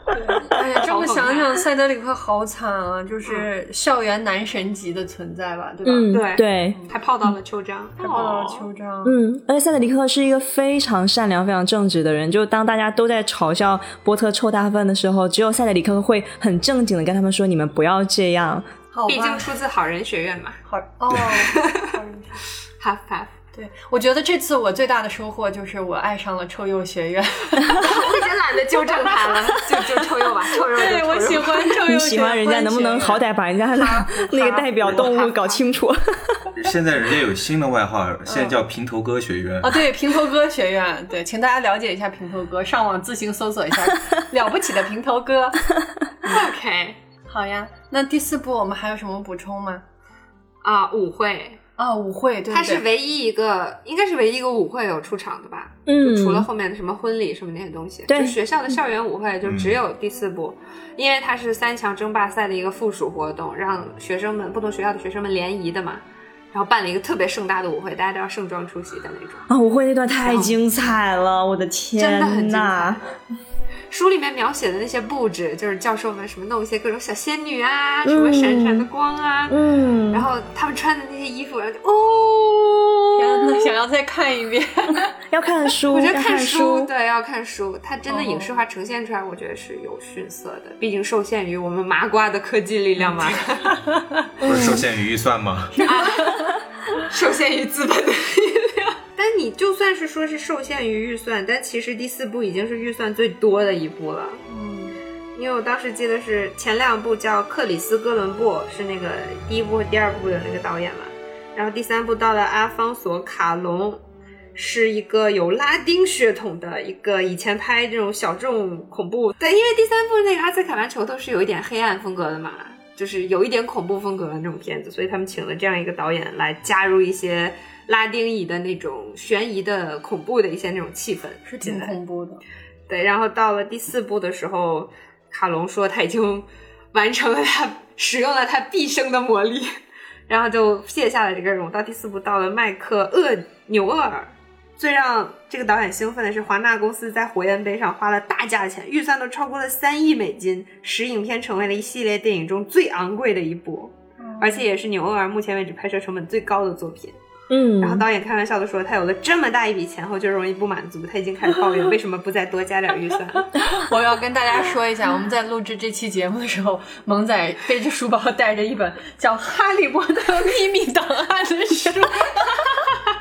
S1: 哎呀，这么
S3: 嘲讽他
S1: 想想，塞德里克好惨啊，就是校园男神级的存在吧，对吧？
S2: 嗯，
S3: 对
S2: 对，
S3: 还泡到了秋章，还
S1: 太棒
S2: 哦
S1: 了，秋章。
S2: 嗯，而且塞德里克是一个非常善良、非常正直的人。就当大家都在嘲笑波特臭大粪的时候，只有塞德里克会很正经的跟他们说：“你们不要这样。
S1: 好吧，
S3: 毕竟出自好人学院嘛
S1: 好哦，好人学
S3: ，half half。
S1: 对，我觉得这次我最大的收获就是我爱上了臭鼬学院。
S3: 我已经懒得纠正 他了，就就臭鼬吧，臭鼬就臭鼬。
S1: 对，我喜欢臭鼬学
S3: 哎
S2: 你
S1: 院。
S2: 喜欢人家，能不能好歹把人家的 那个代表动物搞清 楚？
S4: 现在人家有新的外号，现在叫平头哥学院
S2: 哦
S1: 啊，。对，平头哥学院，对，请大家了解一下平头哥，上网自行搜索一下了不起的平头哥。
S3: OK
S1: 好呀，那第四部我们还有什么补充吗？
S3: 啊，舞会，
S1: 啊，舞会，对
S3: 它
S1: 对对，
S3: 是唯一一个，应该是唯一一个舞会有出场的吧？
S2: 嗯，
S3: 除了后面的什么婚礼什么那些东西，
S2: 对
S3: 就学校的校园舞会就只有第四部，因为它是三强争霸赛的一个附属活动，让学生们不同学校的学生们联谊的嘛。然后办了一个特别盛大的舞会，大家都要盛装出席的那种。
S2: 啊，舞会那段太精彩了，我的
S3: 真的很
S2: 天
S3: 精彩
S2: 呐！
S3: 书里面描写的那些布置，就是教授们什么弄一些各种小仙女啊，什么闪闪的光啊，
S2: 嗯，
S3: 然后他们穿的那些衣服，然后就哦，
S1: 天呐，想要再看一遍。
S2: 要看书，
S3: 哎我觉得
S2: 要
S3: 看
S2: 看
S3: 书，
S2: 书，
S3: 对，要看书。它真的
S1: 哦
S3: 影视化呈现出来，我觉得是有逊色的。毕竟受限于我们麻瓜的科技力量嘛，
S4: 不是受限于预算吗？
S3: 受限于资本的力量。但你就算是说是受限于预算，但其实第四部已经是预算最多的一部了。
S1: 嗯，
S3: 因为我当时记得是前两部叫克里斯·哥伦布，是那个第一部和第二部有那个导演嘛，然后第三部到了阿方索·卡隆，是一个有拉丁血统的一个以前拍这种小众恐怖，对，因为第三部那个《阿兹卡班囚徒》是有一点黑暗风格的嘛，就是有一点恐怖风格的那种片子，所以他们请了这样一个导演来加入一些拉丁裔的那种悬疑的恐怖的一些那种气氛
S1: 是
S3: 进
S1: 挺
S3: 来。
S1: 恐怖的。
S3: 对，然后到了第四部的时候，卡隆说他已经完成了他使用了他毕生的魔力，然后就卸下了这个任务。到第四部，到了麦克厄纽厄尔。最让这个导演兴奋的是，华纳公司在《火焰杯》上花了大价钱，预算都超过了三亿美金，使影片成为了一系列电影中最昂贵的一部，而且也是纽厄尔目前为止拍摄成本最高的作品。
S2: 嗯，
S3: 然后导演开玩笑的说，他有了这么大一笔钱后就容易不满足，他已经开始抱怨为什么不再多加点预算。
S1: 我要跟大家说一下，我们在录制这期节目的时候，萌仔背着书包，带着一本叫《哈利波特秘密档案》的书。然后，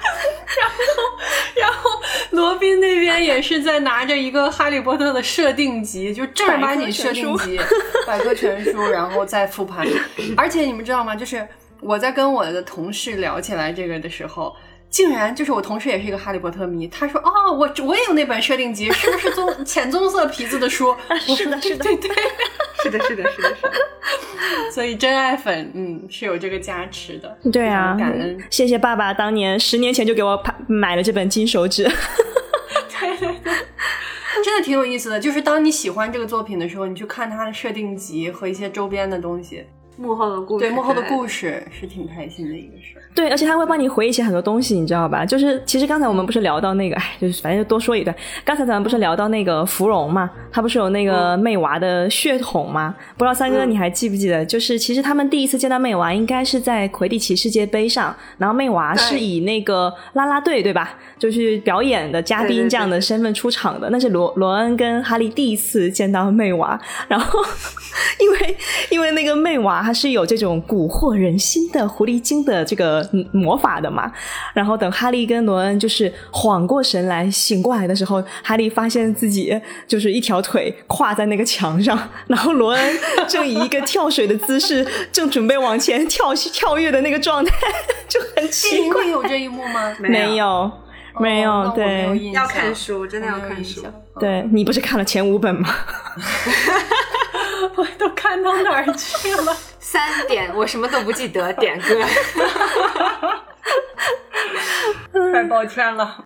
S1: 然后罗宾那边也是在拿着一个《哈利波特》的设定集，就正儿八经设定集、百科全书，然后再复 盘。而且你们知道吗？就是我在跟我的同事聊起来这个的时候，竟然就是我同事也是一个哈利波特迷，他说：“哦，我我也有那本设定集，是不是棕浅棕色皮子的 书？”我
S2: 是
S1: 说：“
S2: 的
S1: 对
S2: 是的
S1: 对对。
S3: 是的，是的，是的，是的。”
S1: 所以真爱粉，嗯，是有这个加持的。
S2: 对啊
S1: 非常感恩。
S2: 谢谢爸爸当年十年前就给我拍买了这本《金手指》。
S1: 真的挺有意思的，就是当你喜欢这个作品的时候，你去看它的设定集和一些周边的东西，
S3: 幕后的故事，
S1: 对幕后的
S3: 事。
S1: 故事是挺开心的一个事儿。
S2: 对，而且他会帮你回忆起很多东西，你知道吧？就是其实刚才我们不是聊到那个，哎，就是反正就多说一段。刚才咱们不是聊到那个芙蓉嘛，她不是有那个媚娃的血统吗？不知道三哥你还记不记得？就是其实他们第一次见到媚娃应该是在魁地奇世界杯上，然后媚娃是
S3: 对
S2: 以那个啦啦队对吧，就是表演的嘉
S3: 对对
S2: 宾
S3: 对
S2: 这样的身份出场的。那是罗罗恩跟哈利第一次见到媚娃， 然后因为因为那个媚娃她是有这种蛊惑人心的狐狸精的这个嗯魔法的嘛，然后等哈利跟罗恩就是缓过神来醒过来的时候，哈利发现自己就是一条腿跨在那个墙上， 然后罗恩正以一个跳水的姿势正准备往前跳跳跃的那个状态， 就很
S1: 电
S2: 奇
S1: 影
S2: 怪。
S1: 里有这一幕吗？
S2: 没有，没有，
S1: 哦那我没有
S2: 对。
S1: 印象
S3: 要看书，真的要
S1: 我
S3: 看书。
S1: 没有印象，
S2: 对你不是看了前五本吗？
S1: 嗯 我都看到哪儿去 了？
S3: 三点，我什么都不记得，点歌。
S1: 太抱歉了。